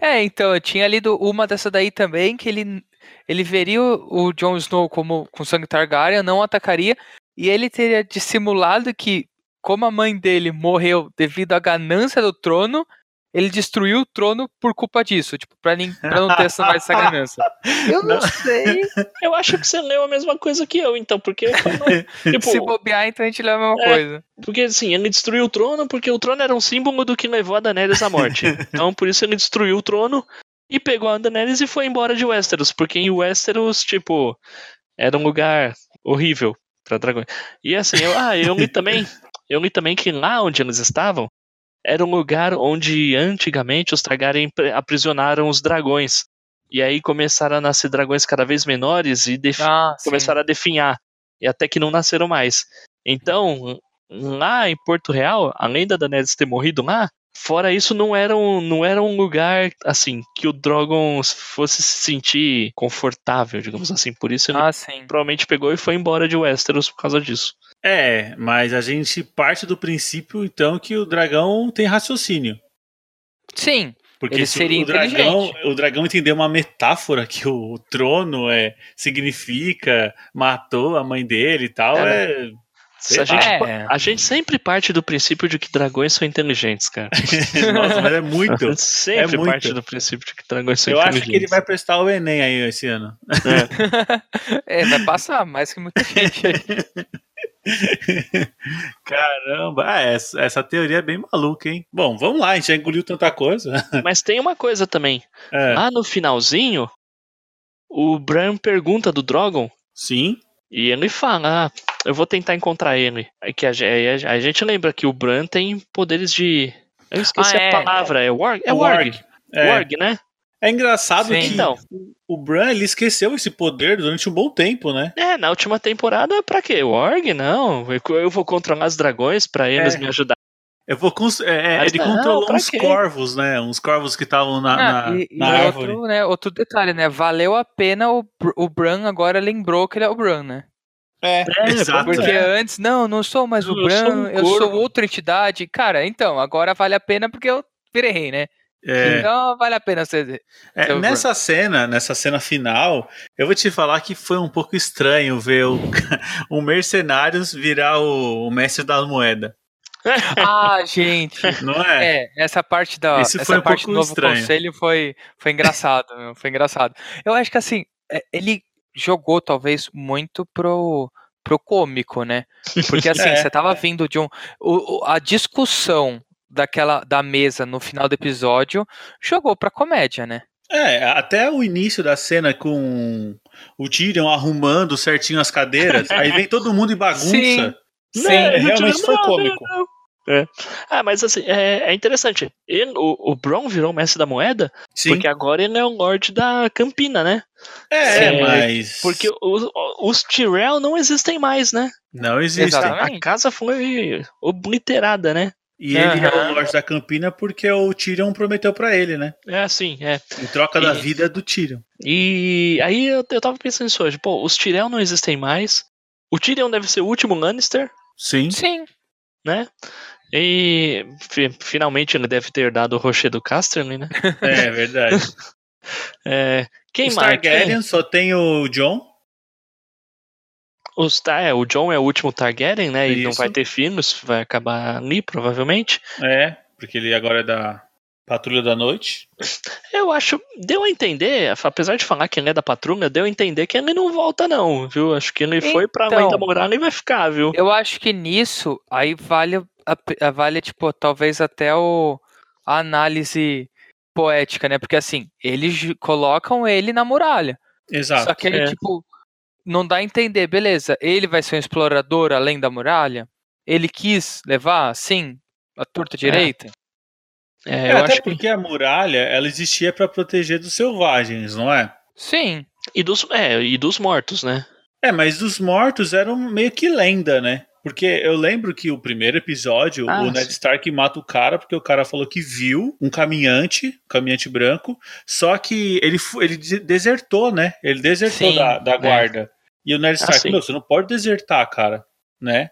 É, então, eu tinha lido uma dessa daí também, que ele, ele veria o, o Jon Snow como com sangue Targaryen, não atacaria, e ele teria dissimulado que, como a mãe dele morreu devido à ganância do trono, ele destruiu o trono por culpa disso, tipo, pra, nin- pra não ter essa, mais essa ganância. *laughs* Eu não,
Não.
sei.
Eu acho que você leu a mesma coisa que eu, então, porque. tipo,
Se bobear, então a gente leva a mesma
É.
coisa.
Porque assim, ele destruiu o trono porque o trono era um símbolo do que levou a Daenerys à morte. Então por isso ele destruiu o trono e pegou a Daenerys e foi embora de Westeros, porque em Westeros, tipo, era um lugar horrível pra dragões. E assim, eu, ah, eu li também, eu li também que lá onde eles estavam era um lugar onde antigamente os Targaryen pre- aprisionaram os dragões. E aí começaram a nascer dragões cada vez menores e defi-
Ah, sim.
começaram a definhar e até que não nasceram mais. Então, lá em Porto Real, além da Daenerys ter morrido lá, fora isso não era um, não era um lugar assim que o Drogon fosse se sentir confortável, digamos assim. Por isso ele
Ah, sim.
provavelmente pegou e foi embora de Westeros por causa disso.
É, mas a gente parte do princípio, então, que o dragão tem raciocínio.
Sim,
Porque
Ele
se
seria
o dragão,
inteligente.
o dragão entendeu uma metáfora que o trono é significa, matou a mãe dele e tal, é,
Se a,
Sei lá.
gente,
é.
a gente sempre parte do princípio de que dragões são
*laughs*
inteligentes, cara.
nossa, mas é
*laughs* A
muito.
gente sempre
é muito.
parte do princípio de que dragões são
Eu acho
inteligentes.
que ele vai prestar o Enem aí esse ano.
é, vai passar mais que muita gente.
Caramba, ah, essa, essa teoria é bem maluca, hein? Bom, vamos lá, a gente já engoliu tanta coisa.
Mas tem uma coisa também.
É,
Lá no finalzinho, o Bran pergunta do Drogon
sim.
e ele fala: ah, Eu vou tentar encontrar ele. Aí que a, ge- aí a- a gente lembra que o Bran tem poderes de. Eu esqueci
Ah, é.
a palavra, é Warg? É Warg.
É,
Warg, né?
é engraçado
Sim.
que
Então,
o Bran ele esqueceu esse poder durante um bom tempo, né?
é, na última temporada, pra quê? Warg? Não. Eu vou controlar os dragões pra eles
É.
me ajudar.
Eu vou cons- é, é,
Mas
ele
não,
controlou
pra
uns
quê?
corvos, né? Uns corvos que estavam na,
Ah,
na,
e, e
na árvore.
outro, né, outro detalhe, né? Valeu a pena o, Br- o Bran agora lembrou que ele é o Bran, né?
É, exato.
Porque antes, não, não sou mais o
Eu
Bran,
sou um
eu sou
corvo.
outra entidade. Cara, então, agora vale a pena porque eu virei rei, né?
É,
Então vale a pena você.
é,
Seu
nessa cena, nessa cena final, eu vou te falar que foi um pouco estranho ver o, *laughs* o Mercenários virar o, o mestre da moeda,
Ah, *laughs* gente.
não é?
*laughs* É, essa parte da
Isso
essa
foi um
parte do
pouco
novo
estranho.
conselho foi foi engraçado, meu, foi engraçado. Eu acho que assim, é, ele jogou talvez muito pro pro cômico, né? Porque assim,
*laughs* É.
você tava vindo de um o- o- a discussão daquela da mesa no final do episódio jogou pra comédia, né?
É, até o início da cena com o Tyrion arrumando certinho as cadeiras, aí vem todo mundo e bagunça.
Sim.
Não,
Sim.
é, realmente
Não,
foi
não,
cômico.
não. É. Ah, mas assim, é, é interessante. Ele- o, o Bron virou o mestre da moeda
Sim,
porque agora ele é o Lorde da Campina, né?
é,
Sim.
mas
Porque os, os Tyrell não existem mais, né?
não existe.
Exatamente.
A casa foi obliterada, né?
E ele é
Aham.
o Lorde da Campina porque o Tyrion prometeu pra ele, né?
É assim, é.
Em troca da
E-
vida do Tyrion.
E aí eu, eu tava pensando isso hoje. Pô, os Tyrell não existem mais. O Tyrion deve ser o último Lannister,
Sim.
Sim.
né? E fi- finalmente ele deve ter dado o rochedo do Casterly, né?
*laughs*
É verdade.
É, quem
Os
mais? É, Quem?
Targaryen
né?
só tem o John.
Os, tá, é, o John é o último Targaryen, né? E não
Isso.
vai ter filhos, vai acabar ali, provavelmente.
É, porque ele agora é da Patrulha da Noite.
Eu acho, deu a entender, apesar de falar que ele é da patrulha, deu a entender que ele não volta não, viu? Acho que ele foi pra
Então.
mãe da muralha e vai ficar, viu?
Eu acho que nisso aí vale a, a- vale tipo talvez até o a análise poética, né? Porque assim, eles j- colocam ele na muralha.
Exato.
só que ele,
é.
tipo, não dá a entender, beleza, ele vai ser um explorador além da muralha? Ele quis levar, assim, a torta direita?
É,
É,
eu
até
acho que.
porque a muralha, ela existia para proteger dos selvagens, não é?
Sim.
E dos, é, e dos mortos, né?
É, mas os mortos eram meio que lenda, né? Porque eu lembro que o primeiro episódio,
Ah,
o Ned
sim.
Stark mata o cara porque o cara falou que viu um caminhante, um caminhante branco, só que ele, fu- ele de- desertou, né? Ele desertou
Sim,
da, da
é.
guarda. E o Ned Stark,
Ah, sim.
meu, você não pode desertar, cara, né?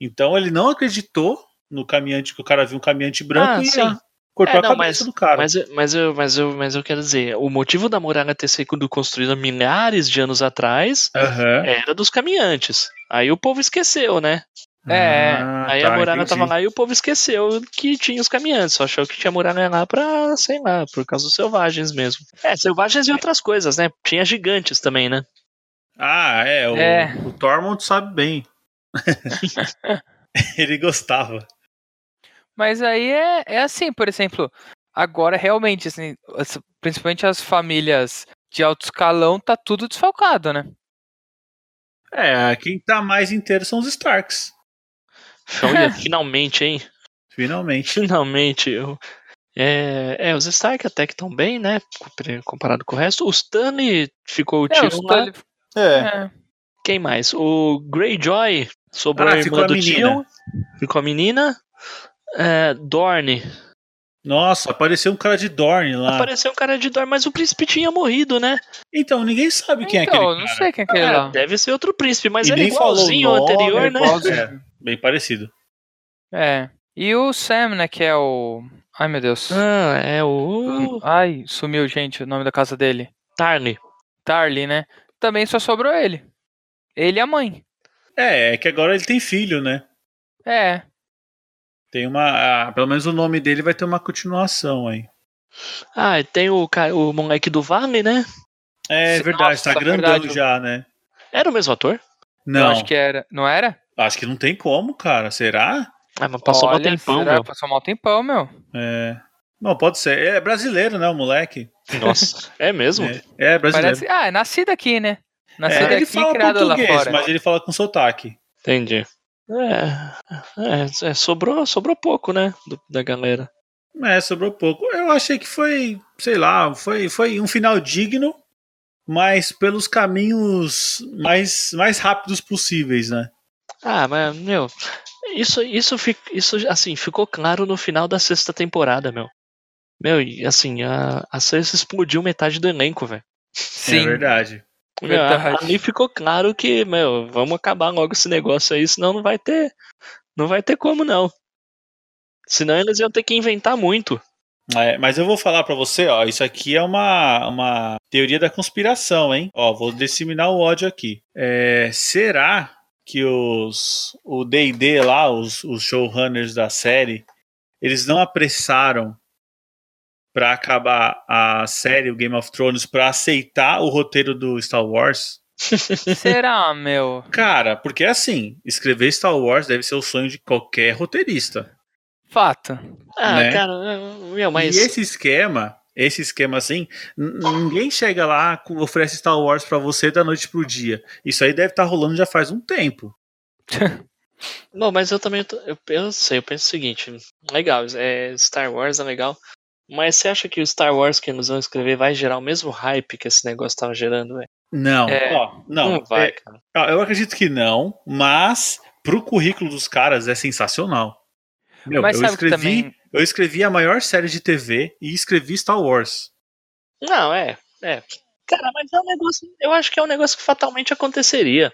Então ele não acreditou no caminhante, que o cara viu um caminhante branco
Ah,
e
sim.
ah, cortou
É,
a
não,
cabeça
mas-
do cara.
Mas, eu- mas, eu, mas, eu, mas eu quero dizer, o motivo da muralha ter sido construída milhares de anos atrás
Aham.
era dos caminhantes. Aí o povo esqueceu, né?
É,
Ah,
Aí
tá,
a muralha
entendi.
tava lá e o povo esqueceu que tinha os caminhantes, só achou que tinha muralha lá pra, sei lá, por causa dos selvagens mesmo. É, selvagens e outras coisas, né? Tinha gigantes também, né?
Ah, é. O,
É.
o Tormund sabe
*laughs*
bem. Ele gostava.
Mas aí é, é assim, por exemplo, agora realmente, assim, as- principalmente as famílias de alto escalão, tá tudo desfalcado, né?
É, quem tá mais inteiro são os Starks.
*laughs*
Olha, finalmente, hein? *laughs*
Finalmente.
Finalmente. eu- É, é, os Stark até que estão bem, né? Compre- Comparado com o resto. O Stanley ficou o
É,
tiro
os
um lá.
Tully- é.
Quem mais? O Greyjoy sobrou
Ah,
a
ficou
irmã
a
do
menina.
tio. Ficou a menina. É, Dorne.
Nossa, apareceu um cara de Dorne lá.
Apareceu um cara de Dorne, mas o príncipe tinha morrido, né?
Então, ninguém sabe quem é
Então,
aquele
não
cara.
sei quem é aquele
É,
lá.
deve ser outro príncipe, mas
E
era
nem falou o
igualzinho ao
nome,
anterior, né?
igual- Bem parecido.
É. E o Sam, né, que é o. Ai, meu Deus.
Ah, é o
Ai, sumiu, gente, o nome da casa dele.
Tarly.
Tarly, né? Também só sobrou ele. Ele e a mãe.
É, é que agora ele tem filho, né?
É.
Tem uma. ah, pelo menos o nome dele vai ter uma continuação aí.
Ah, e tem o, ca- o moleque do Vale, né?
É
Nossa,
verdade, tá grandão
verdade.
já, né?
Era o mesmo ator?
Não,
Eu
acho
acho
que...
que era. Não era?
não tem como, cara. Será?
Ah, mas passou um
Olha,
tempão,
será?
meu.
Passou mal tempão, meu.
É. Não, pode ser. É brasileiro, né, o moleque?
Nossa, *laughs* é mesmo?
É, é brasileiro.
Parece. Ah, é nascido aqui, né?
É,
Nascido
ele
aqui
fala
e criado lá
português,
fora.
mas ele fala com sotaque.
Entendi. É, é, é, sobrou, sobrou pouco, né? do- da galera.
É, sobrou pouco. Eu achei que foi, sei lá, foi, foi um final digno, mas pelos caminhos mais, mais rápidos possíveis, né?
Ah, mas, meu, isso, isso, fi- isso, assim, ficou claro no final da sexta temporada, meu. Meu, e, assim, a, a sexta explodiu metade do elenco, velho.
É
Sim.
verdade. *laughs*
Meu,
Verdade.
Ali ficou claro que, meu, vamos acabar logo esse negócio aí, senão não vai ter. Não vai ter como, não. Senão eles iam ter que inventar muito.
É, mas eu vou falar pra você, ó, isso aqui é uma, uma teoria da conspiração, hein? Ó, vou disseminar o ódio aqui. É, será que os o D&D lá, os, os showrunners da série, eles não apressaram pra acabar a série, o Game of Thrones, pra aceitar o roteiro do Star Wars?
Será, meu?
Cara, porque assim, escrever Star Wars deve ser o sonho de qualquer roteirista.
Fato.
Ah,
Né?
cara, meu, mas.
E esse esquema, esse esquema assim, n- ninguém chega lá, com- oferece Star Wars pra você da noite pro dia. Isso aí deve estar rolando já faz um tempo.
Bom, mas eu também. tô- eu, eu sei, eu penso o seguinte: legal, é, Star Wars é legal. Mas você acha que o Star Wars que eles vão escrever vai gerar o mesmo hype que esse negócio tava gerando, velho?
Não,
É,
ó, não.
não vai,
É,
cara.
ó, eu acredito que não, mas pro currículo dos caras é sensacional. Meu,
mas
eu
sabe
escrevi,
que também.
eu escrevi a maior série de TV e escrevi Star Wars.
Não, é, é. Cara, mas é um negócio. Eu acho que é um negócio que fatalmente aconteceria.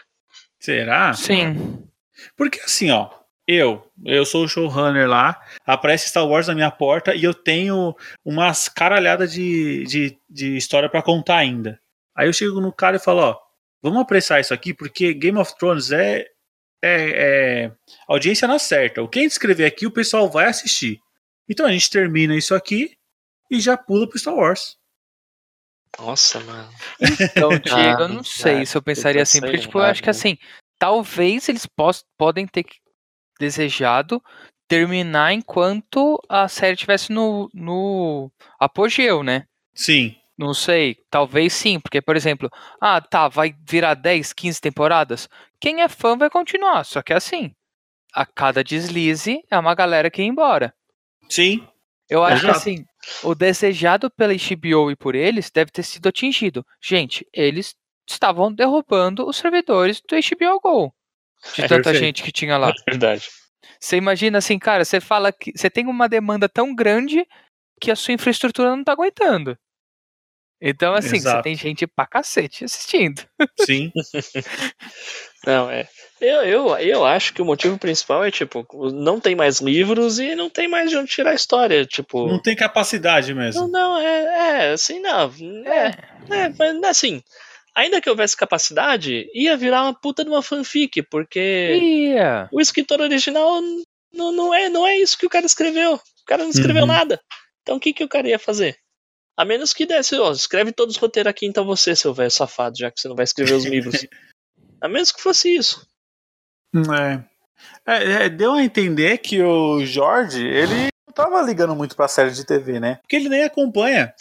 Será? *laughs*
Sim.
Porque assim, ó, eu, eu sou o showrunner lá, aparece Star Wars na minha porta e eu tenho umas caralhadas de, de, de história pra contar ainda. Aí eu chego no cara e falo, ó, vamos apressar isso aqui, porque Game of Thrones é, é, é audiência na certa. O que a gente escrever aqui, o pessoal vai assistir. Então a gente termina isso aqui e já pula pro Star Wars.
Nossa, mano.
Então, Diego, eu
Ah,
não sei se eu pensaria assim,
sei é
porque, tipo, eu
lá,
acho que
né?
assim, talvez eles pos- podem ter que- desejado terminar enquanto a série estivesse no, no apogeu, né?
Sim.
Não sei, talvez sim, porque, por exemplo, ah, tá, vai virar 10, 15 temporadas. Quem é fã vai continuar, só que é assim, a cada deslize é uma galera que ia embora.
Sim.
Eu acho que
Exato.
assim, o desejado pela HBO e por eles deve ter sido atingido. Gente, eles estavam derrubando os servidores do HBO Go. De
É,
tanta
perfeito.
gente que tinha lá.
Verdade.
Você imagina assim, cara, você fala que você tem uma demanda tão grande que a sua infraestrutura não tá aguentando. Então, assim, você
Exato.
tem gente pra cacete assistindo.
Sim.
Não, é. Eu, eu, eu acho que o motivo principal é, tipo, não tem mais livros e não tem mais de onde tirar a história. Tipo.
Não tem capacidade
Não,
mesmo.
não, é, é, assim, não. É, é, mas assim, ainda que houvesse capacidade, ia virar uma puta de uma fanfic, porque
Ia.
o escritor original n- não, não, é, não é isso que o cara escreveu. O cara não escreveu
Uhum.
nada. Então o que, que o cara ia fazer? A menos que desse, ó, escreve todos os roteiros aqui, então você, seu velho safado, já que você não vai escrever
*laughs*
os livros. A menos que fosse isso.
É. É, é, deu a entender que o Jorge, ele não tava ligando muito pra série de TV, né? Porque ele nem acompanha.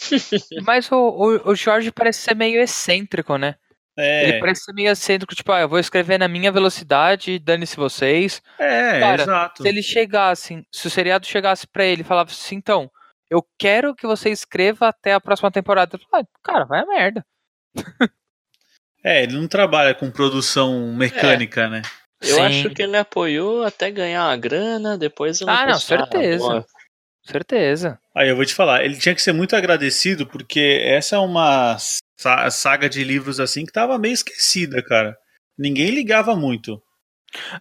Mas o, o, o Jorge parece ser meio excêntrico, né? Ele
É,
parece ser meio excêntrico, tipo, ah, eu vou escrever na minha velocidade, dane-se vocês.
é
Cara,
exato.
Se ele chegasse, se o seriado chegasse pra ele e falasse assim, então, eu quero que você escreva até a próxima temporada. Eu falava, ah, cara, vai a merda.
É, ele não trabalha com produção mecânica, né?
Eu
Sim.
acho que ele apoiou até ganhar uma grana, depois eu
Ah, não,
pensei,
certeza.
boa,
Certeza.
Aí eu vou te falar, ele tinha que ser muito agradecido, porque essa é uma sa- saga de livros assim que tava meio esquecida, cara. Ninguém ligava muito.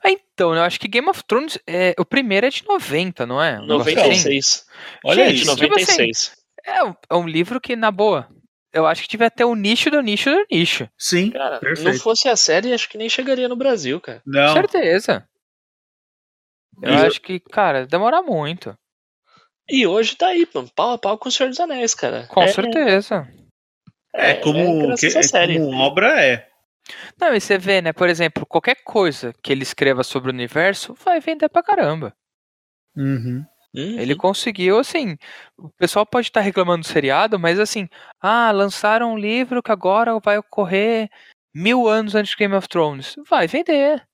Ah, então, eu acho que Game of Thrones, é, o primeiro é de 90, não é? Um negócio assim.
96.
Olha
Gente,
De
isso.
não- tipo
96.
É, um- é um livro que, na boa, eu acho que devia ter o nicho do nicho do nicho.
Sim.
Cara,
Perfeito.
não fosse a série, acho que nem chegaria no Brasil, cara.
Não.
Certeza. Eu
Isso.
acho que, cara, demora muito.
E hoje tá aí, pô, pau a pau com o Senhor dos Anéis, cara.
Com
É-
certeza.
É, como,
graças
que-
à
é
série.
como obra é.
Não, e você vê, né, por exemplo, qualquer coisa que ele escreva sobre o universo vai vender pra caramba.
Uhum.
Uhum.
Ele conseguiu, assim. O pessoal pode estar reclamando do seriado, mas assim, ah, lançaram um livro que agora vai ocorrer mil anos antes de Game of Thrones. Vai vender.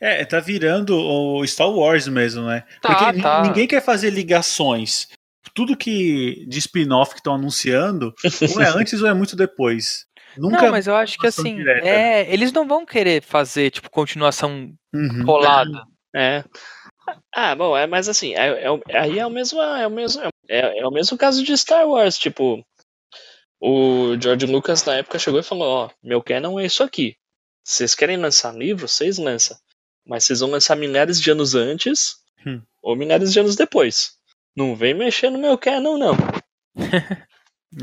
É, tá virando o Star Wars mesmo, né?
Tá,
Porque ni-
tá.
ninguém quer fazer ligações. Tudo que de spin-off que estão anunciando, ou é
*laughs*
antes ou é muito depois. Nunca.
não, mas eu acho que
continuação
assim,
direta. né?
é, eles não vão querer fazer, tipo, continuação
Uhum.
colada.
É. Ah, bom, é, mas assim, é- é o- aí é o mesmo, é o mesmo, é, é o mesmo caso de Star Wars, tipo, o George Lucas na época chegou e falou, ó, meu canon é isso aqui. Vocês querem lançar livro, vocês lançam. Mas vocês vão lançar milhares de anos antes
Hum.
ou milhares de anos depois. Não vem mexer no meu canon, não.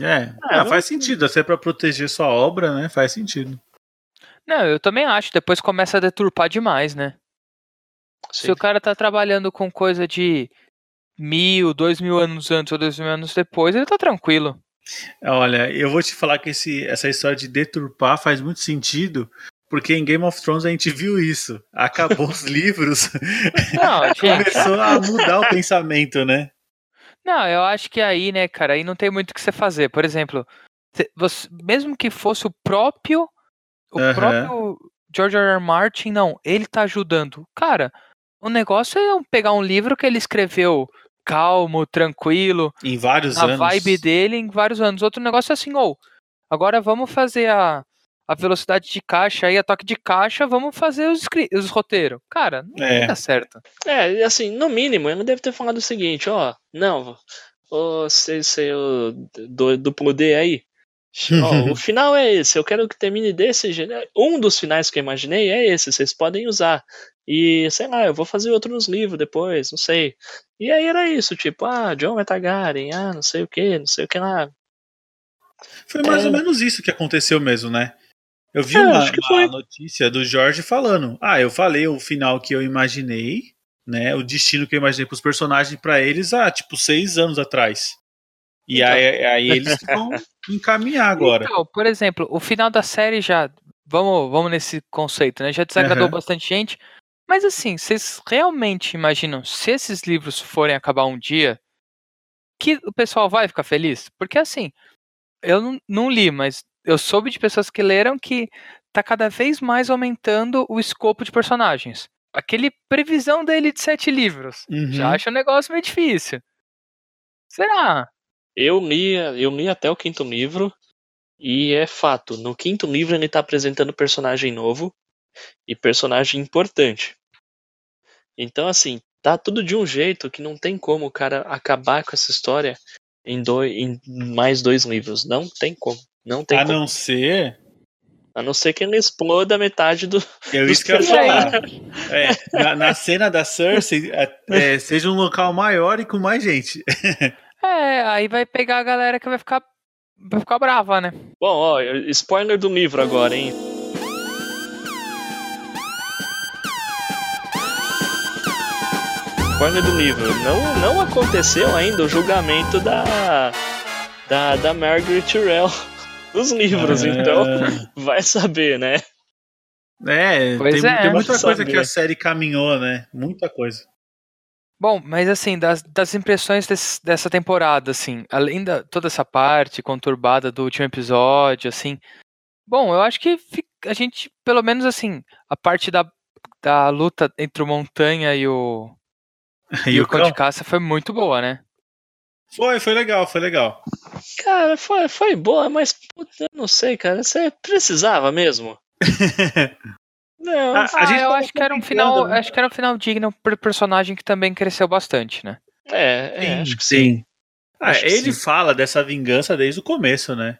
É.
Ah,
Ah, faz sentido. Até pra proteger sua obra, né? Faz sentido.
Não, eu também acho. Depois começa a deturpar demais, né? Se o cara tá trabalhando com coisa de mil, dois mil anos antes ou dois mil anos depois, ele
*laughs*
tá tranquilo.
Olha, eu vou te falar que esse, essa história de deturpar faz muito sentido. Porque em Game of Thrones a gente viu isso. Acabou
*laughs*
os livros,
É. Não, gente.
começou a mudar o pensamento, né?
Não, eu acho que aí, né, cara, aí não tem muito o que você fazer. Por exemplo, cê- você- mesmo que fosse o próprio. O
Aham.
próprio George R. R. Martin, não, ele tá ajudando. Cara, o negócio é eu pegar um livro que ele escreveu calmo, tranquilo,
Em vários
na
anos.
vibe dele em vários anos. Outro negócio é assim, ou agora vamos fazer a, a velocidade de caixa aí, a toque de caixa, vamos fazer os, escri- os roteiros. Cara, não vai
É.
dar certo.
É, e assim, no mínimo, ele deve ter falado o seguinte, ó, não, ô, sei, sei, ô, do, duplo D aí, ó, o final é esse, eu quero que termine desse jeito, um dos finais que eu imaginei é esse, vocês podem usar, e sei lá, eu vou fazer outro nos livros depois, não sei, e aí era isso, tipo, ah, John é Targaryen, ah, não sei o que, não sei o que lá,
Foi mais
É.
ou menos isso que aconteceu mesmo, né? Eu vi
É,
uma,
acho que
uma
foi.
notícia do Jorge falando: Ah, eu falei o final que eu imaginei, né? O destino que eu imaginei pros personagens pra eles há tipo seis anos atrás. E
Então.
aí, aí
*laughs*
eles que vão encaminhar agora.
Então, por exemplo, o final da série já. Vamos, vamos nesse conceito, né? Já desagradou
Aham.
bastante gente. Mas assim, vocês realmente imaginam se esses livros forem acabar um dia, que o pessoal vai ficar feliz? Porque assim, eu não, não li, mas eu soube de pessoas que leram que tá cada vez mais aumentando o escopo de personagens. Aquele previsão dele de sete livros.
Uhum.
Já acho um negócio meio difícil. Será?
Eu li, eu li até o quinto livro, e é fato, no quinto livro ele tá apresentando personagem novo e personagem importante. Então, assim, tá tudo de um jeito que não tem como o cara acabar com essa história em, dois, em mais dois livros. Não tem como. Não tem
A
como.
Ah, não ser.
A não ser que ele exploda metade do.
Eu
do
isso que eu ia
Sei lá.
falar. É, na, na cena da Cersei, é, é, seja um local maior e com mais gente.
É, aí vai pegar a galera que vai ficar, vai ficar brava, né?
Bom, ó, spoiler do livro agora, hein? Spoiler do livro. Não, não aconteceu ainda o julgamento da. da, da Margaret Tyrell *laughs* nos *laughs* livros, então vai saber, né?
É,
Pois
tem,
é.
tem muita
Pode
coisa
saber.
que a série caminhou, né? Muita coisa.
Bom, mas assim, das, das impressões des- dessa temporada, assim, além da toda essa parte conturbada do último episódio, assim, bom, eu acho que fi- a gente, pelo menos assim, a parte da, da luta entre o Montanha e o,
*laughs* E,
e
o
o Cão
cão?
de Caça foi muito boa, né?
Foi, foi legal, foi legal.
Cara, foi, foi boa, mas puta, eu não sei, cara. Você precisava mesmo? Não.
A-
Ah,
gente
eu
tava
acho que era um
comentando,
final,
né?
acho que era um final digno pro personagem que também cresceu bastante, né?
É, é, acho que sim.
Ah,
Acho que
ele
sim.
fala dessa vingança desde o começo, né?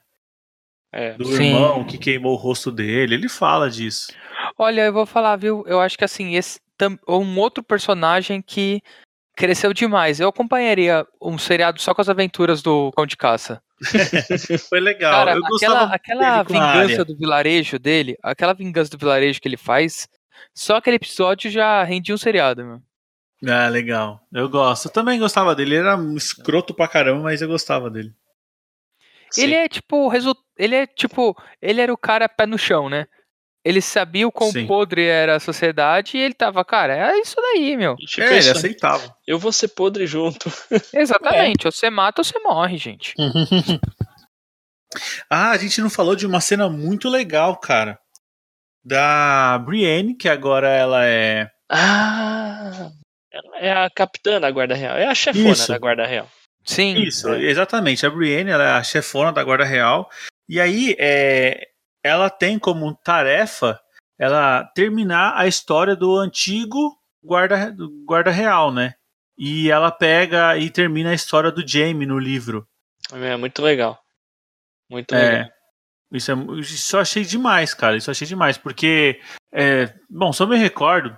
É.
Do
Sim.
irmão que queimou o rosto dele. Ele fala disso.
Olha, eu vou falar, viu? Eu acho que assim, esse tam- um outro personagem que cresceu demais. Eu acompanharia um seriado só com as aventuras do Cão de Caça.
Foi legal.
Cara,
eu
aquela,
gostava
aquela
dele com a
vingança
Arya.
do vilarejo dele, aquela vingança do vilarejo que ele faz, só aquele episódio já rendia um seriado, meu.
Ah, legal. Eu gosto. Eu também gostava dele. Ele era um escroto pra caramba, mas eu gostava dele.
Ele é tipo, o resu- ele é tipo, ele era o cara pé no chão, né? Ele sabia o quão
Sim.
podre era a sociedade e ele tava, cara, é isso daí, meu.
Tipo,
É, ele
isso,
aceitava.
Eu vou ser podre junto.
É.
Exatamente, ou você mata ou você morre, gente.
ah, a gente não falou de uma cena muito legal, cara. Da Brienne, que agora ela é.
Ah! Ela é a capitã da Guarda Real. É a chefona
Isso.
da Guarda Real.
Sim.
Isso, exatamente. A Brienne, ela é a chefona da Guarda Real. E aí, é, ela tem como tarefa ela terminar a história do antigo guarda, do guarda Real, né? E ela pega e termina a história do Jaime no livro.
É muito legal. Muito
É,
legal.
isso, é, isso eu achei demais, cara. Isso eu achei demais, porque, é, bom, se eu me recordo,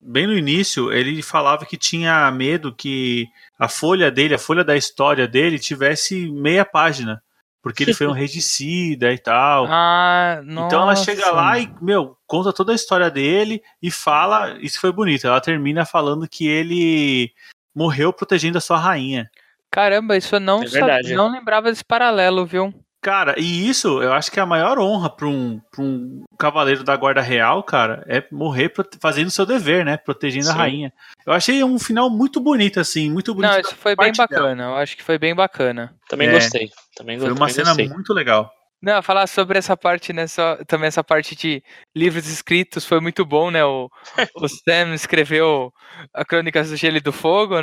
bem no início, ele falava que tinha medo que a folha dele, a folha da história dele, tivesse meia página, porque ele
*laughs*
foi um regicida e tal.
Ah, nossa.
Então ela chega lá e, meu, conta toda a história dele e fala. Isso foi bonito. Ela termina falando que ele morreu protegendo a sua rainha.
Caramba, isso eu não,
É
sab-
verdade.
não lembrava desse paralelo, viu?
Cara, e isso eu acho que é a maior honra pra um, pra um cavaleiro da guarda real, cara, é morrer prote- fazendo seu dever, né? Protegendo a
Sim.
rainha. Eu achei um final muito bonito, assim, muito bonito.
Não, isso foi bem
parte dela.
bacana. Eu acho que foi bem bacana.
Também
é.
gostei. Também
Foi
gostei.
uma cena
gostei.
muito legal.
Não, falar sobre essa parte, né? só- também essa parte de livros escritos foi muito bom, né? O, o Sam escreveu a Crônicas do Gelo e do Fogo,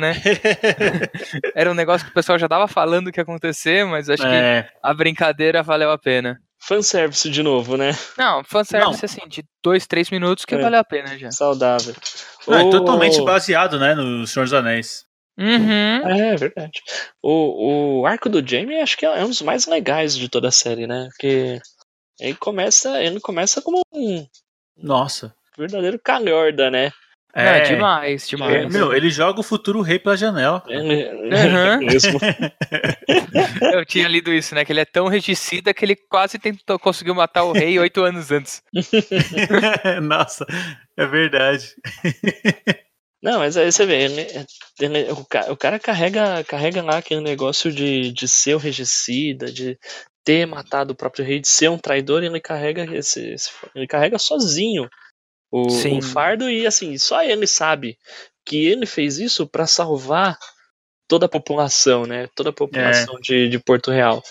*laughs*
né? Era um negócio que o pessoal já tava falando que ia acontecer, mas acho que
É,
a brincadeira valeu a pena.
Fanservice de novo, né?
Não, fanservice assim, de dois, três minutos que
É.
valeu a pena já.
Saudável.
não, é
O-
totalmente baseado, né, no Senhor dos Anéis.
Uhum.
É, verdade. O, o arco do Jamie acho que é um dos mais legais de toda a série, né? Porque ele começa, ele começa como um
Nossa.
verdadeiro calhorda, né?
É, demais, demais.
É, meu, ele joga o futuro rei pela janela.
*laughs* Ele,
Aham.
mesmo.
Eu tinha lido isso, né? Que ele é tão regicida que ele quase tentou, conseguiu matar o rei oito anos antes.
*laughs* Nossa, é verdade.
Não, mas aí você vê, ele- ele- o, ca- o cara carrega, carrega lá aquele negócio de, de ser o regicida, de ter matado o próprio rei, de ser um traidor, e ele carrega esse, esse- ele carrega sozinho o,
Sim.
o fardo e assim, só ele sabe que ele fez isso pra salvar toda a população, né? Toda a população de, de Porto Real.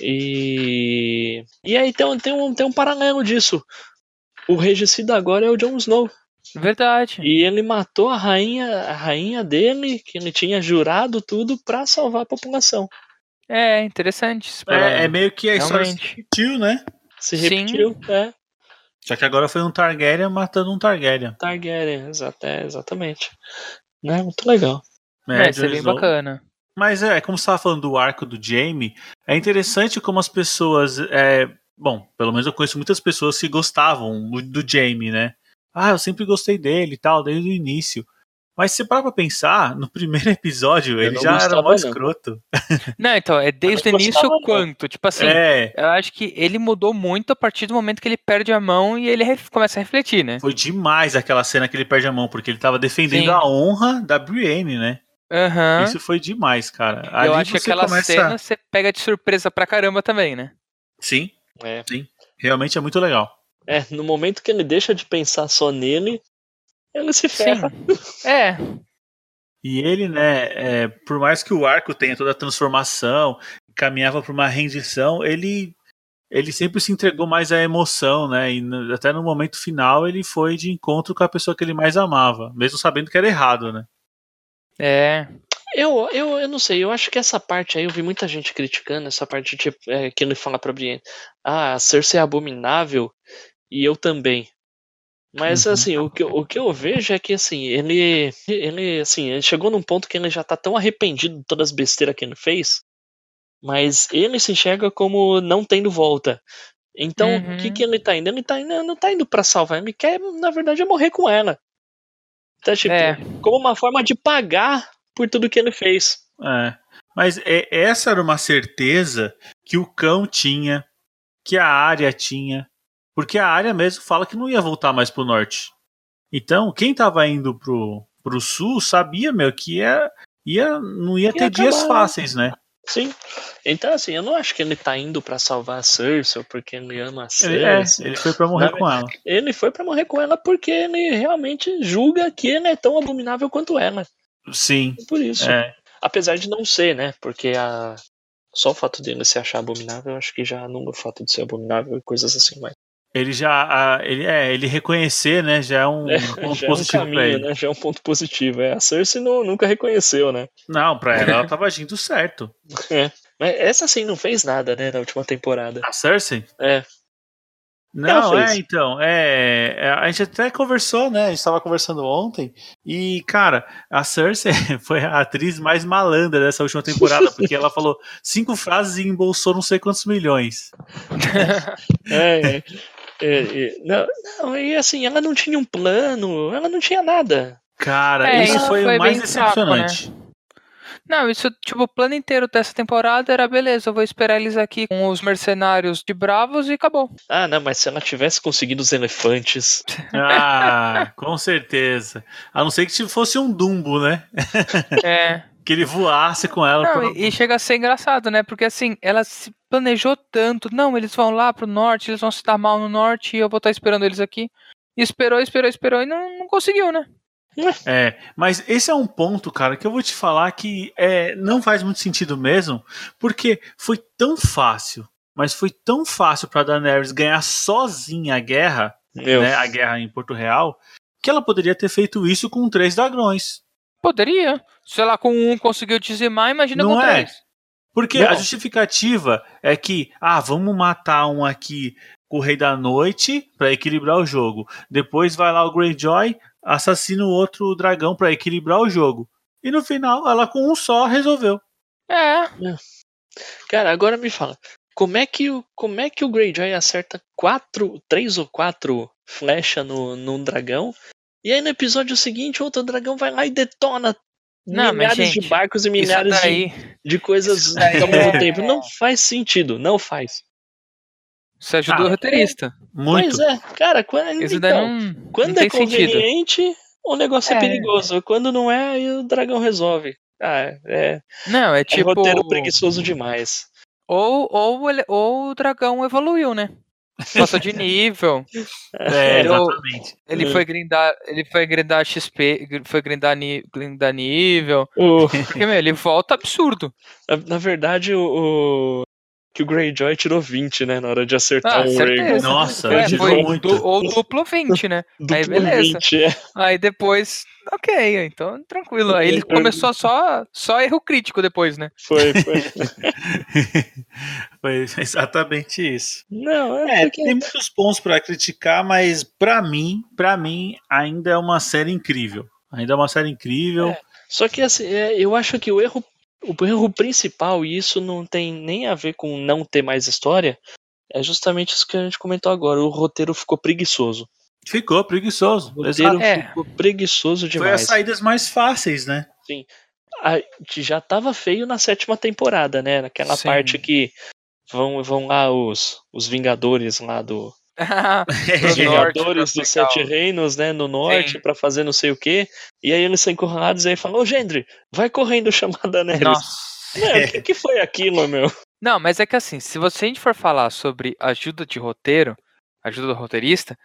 E e aí tem, um- tem um tem um paralelo disso. O regicida agora é o Jon Snow.
Verdade.
E ele matou a rainha, a rainha dele, que ele tinha jurado tudo pra salvar a população.
É, interessante. esse
É, é
paralelo.
meio que a história se
Realmente.
repetiu, né?
Se
Sim.
repetiu, é.
Só que agora foi um Targaryen matando um Targaryen.
Targaryen, exa- é, exatamente. Né? Muito legal.
né?
É, isso é bem
Snow.
bacana.
Mas é, como você estava falando do arco do Jamie, é interessante como as pessoas. é, bom, pelo menos eu conheço muitas pessoas que gostavam do, do Jamie, né? Ah, eu sempre gostei dele e tal, desde o início. Mas se você parar pra pensar, no primeiro *laughs* episódio ele
não
já era
gostava,
mó
não.
escroto.
Não, então, é desde o
Eu não
início
gostava, não.
quanto? Tipo assim,
né? É,
eu acho que ele mudou muito a partir do momento que ele perde a mão e ele ref- começa a refletir, né?
foi demais aquela cena que ele perde a mão, porque ele tava defendendo
Sim.
a honra da Brienne, né?
Aham.
Isso foi demais, cara.
Eu
Ali
acho que
você
aquela
começa-
cena você pega de surpresa pra caramba também, né?
Sim,
É.
realmente é muito legal.
É, no momento que ele deixa de pensar só nele, ele se ferra.
Sim. É,
E ele, né, é, por mais que o arco tenha toda a transformação, caminhava para uma rendição, ele ele sempre se entregou mais à emoção, né? E no- até no momento final ele foi de encontro com a pessoa que ele mais amava, mesmo sabendo que era errado, né?
é.
Eu, eu, eu não sei, eu acho que essa parte aí, eu vi muita gente criticando essa parte tipo, é, que ele fala pra Brienne. Ah, Cersei é abominável e eu também. Mas
Uhum.
assim, o que, eu- o que eu vejo é que assim, ele, ele assim, ele chegou num ponto que ele já tá tão arrependido de todas as besteiras que ele fez, mas ele se enxerga como não tendo volta. Então, o que
Uhum.
que ele tá indo? Ele tá indo, não tá indo pra salvar, ele quer, na verdade, é morrer com ela. Tá tipo,
É.
como uma forma de pagar por tudo que ele fez.
É. Mas é- essa era uma certeza que o cão tinha, que a área tinha, porque a área mesmo fala que não ia voltar mais pro norte. Então, quem tava indo pro, pro sul sabia, meu, que ia, ia, não ia, ter dias
acabar, né?
fáceis, né?
Sim. Então, assim, eu não acho que ele tá indo pra salvar a Cersei ou porque ele ama a
Ele, é,
Cersei.
ele foi pra morrer
Na
com ela.
Ele foi pra morrer com ela porque ele realmente julga que ele é tão abominável quanto ela.
Sim,
Por isso.
é.
Apesar de não ser, né? Porque a... só o fato dele se achar abominável, eu acho que já anula o fato de ser abominável e coisas assim. Mas...
Ele já, a- ele, é, ele reconhecer, né, já é um
É,
ponto
já é um
positivo pra
caminho,
ele.
né? Já é um ponto positivo. É, a Cersei não- nunca reconheceu, né? *laughs*
Não, pra ela, ela tava agindo certo.
Mas essa, assim, não fez nada, né? Na última temporada.
A Cersei?
É.
Não,
Ela
é,
fez.
então, é, é, a gente até conversou, né, a gente tava conversando ontem, e, cara, a Cersei *laughs* foi a atriz mais malandra dessa última
*laughs*
temporada, porque ela falou cinco frases e embolsou não sei quantos milhões.
É, é, é, é, não, não, e assim, ela não tinha um plano, ela não tinha nada.
Cara,
É,
isso
isso
foi
foi
o mais
bem né? fraco,
decepcionante.
Não, isso, tipo, o plano inteiro dessa temporada era beleza, eu vou esperar eles aqui com os mercenários de bravos
*laughs*
e acabou.
Ah, não, mas se ela tivesse conseguido os elefantes.
Ah, com certeza. A não ser que se fosse um Dumbo, né?
É.
Que ele voasse com ela.
Não,
pra-
e e chega a ser engraçado, né? Porque assim, ela se planejou tanto. Não, eles vão lá pro norte, eles vão se dar mal no norte e eu vou estar esperando eles aqui. E esperou, esperou, esperou e não, não conseguiu, né?
É, mas esse é um ponto, cara, que eu vou te falar que é, não faz muito sentido mesmo, porque foi tão fácil, mas foi tão fácil pra Daenerys ganhar sozinha a guerra,
Meu,
né, a guerra em Porto Real, que ela poderia ter feito isso com três dragões.
Poderia. Se ela com um conseguiu dizimar, imagina
Não
com
é.
três.
Porque
Não.
a justificativa é que, ah, vamos matar um aqui com o Rei da Noite pra equilibrar o jogo. Depois vai lá o Greyjoy, assassina o outro dragão pra equilibrar o jogo. E no final, ela com um só resolveu.
É.
cara, agora me fala. Como é que o, como é que o Greyjoy acerta quatro, três ou quatro flechas no, num dragão? E aí no episódio seguinte, outro dragão vai lá e detona
Não, mas,
milhares de
gente,
barcos e
Isso
milhares de-
daí.
de, coisas
isso
ao
daí
mesmo
é-
tempo. Não faz sentido, não faz.
Isso ajudou
Ah,
o roteirista.
Muito.
Pois é, cara, quando,
Isso daí
então,
não,
Quando
não
é
tem sentido.
conveniente, o negócio é.
É.
perigoso. Quando não é, aí o dragão resolve. Ah, é,
Não, é
é
tipo.
roteiro preguiçoso demais.
Ou, ou, ele- ou o dragão evoluiu, né? Passou de nível.
*laughs*
É,
Eu-
exatamente.
Ele
É.
foi grindar, ele foi grindar XP, gr- foi grindar, ni, grindar nível.
O-
Porque, meu, ele volta absurdo.
na, na verdade, o, o- Que o Greyjoy tirou 20, né? Na hora de acertar
Ah,
um
certeza.
Rhaegon.
Nossa,
É,
eu digo
foi
Tá, muito.
du- ou duplo 20, né? Aí,
Duplo
beleza.
20, é.
Aí depois, ok, então tranquilo. Aí ele começou só, só erro crítico depois, né?
Foi,
*laughs*
foi. *laughs*
Foi *laughs* exatamente isso.
Não, é,
É,
porque-
tem muitos pontos pra criticar, mas pra mim, para mim ainda é uma série incrível. Ainda é uma série incrível.
É. Só que assim, é, eu acho que o erro, o erro principal, e isso não tem nem a ver com não ter mais história, é justamente isso que a gente comentou agora. O roteiro ficou preguiçoso.
Ficou preguiçoso.
O
Exato.
roteiro
É.
ficou preguiçoso
Foi as
demais.
saídas mais fáceis, né? *laughs*
A gente já tava feio na sétima temporada, né? Naquela
Sim.
parte que vão, vão lá os, os Vingadores lá do.
É.
Os
Pro norte,
Vingadores
pra
dos
pegar
Sete
o-
Reinos, né? No norte,
Sim.
pra fazer não sei o quê. E aí eles são encurralados e aí falam, ô Gendry, vai correndo *laughs* chamada Neres.
Nossa.
É,
Mano, o que, que foi aquilo, meu?
Não, mas é que assim, se você a gente for falar sobre ajuda de roteiro, ajuda do roteirista,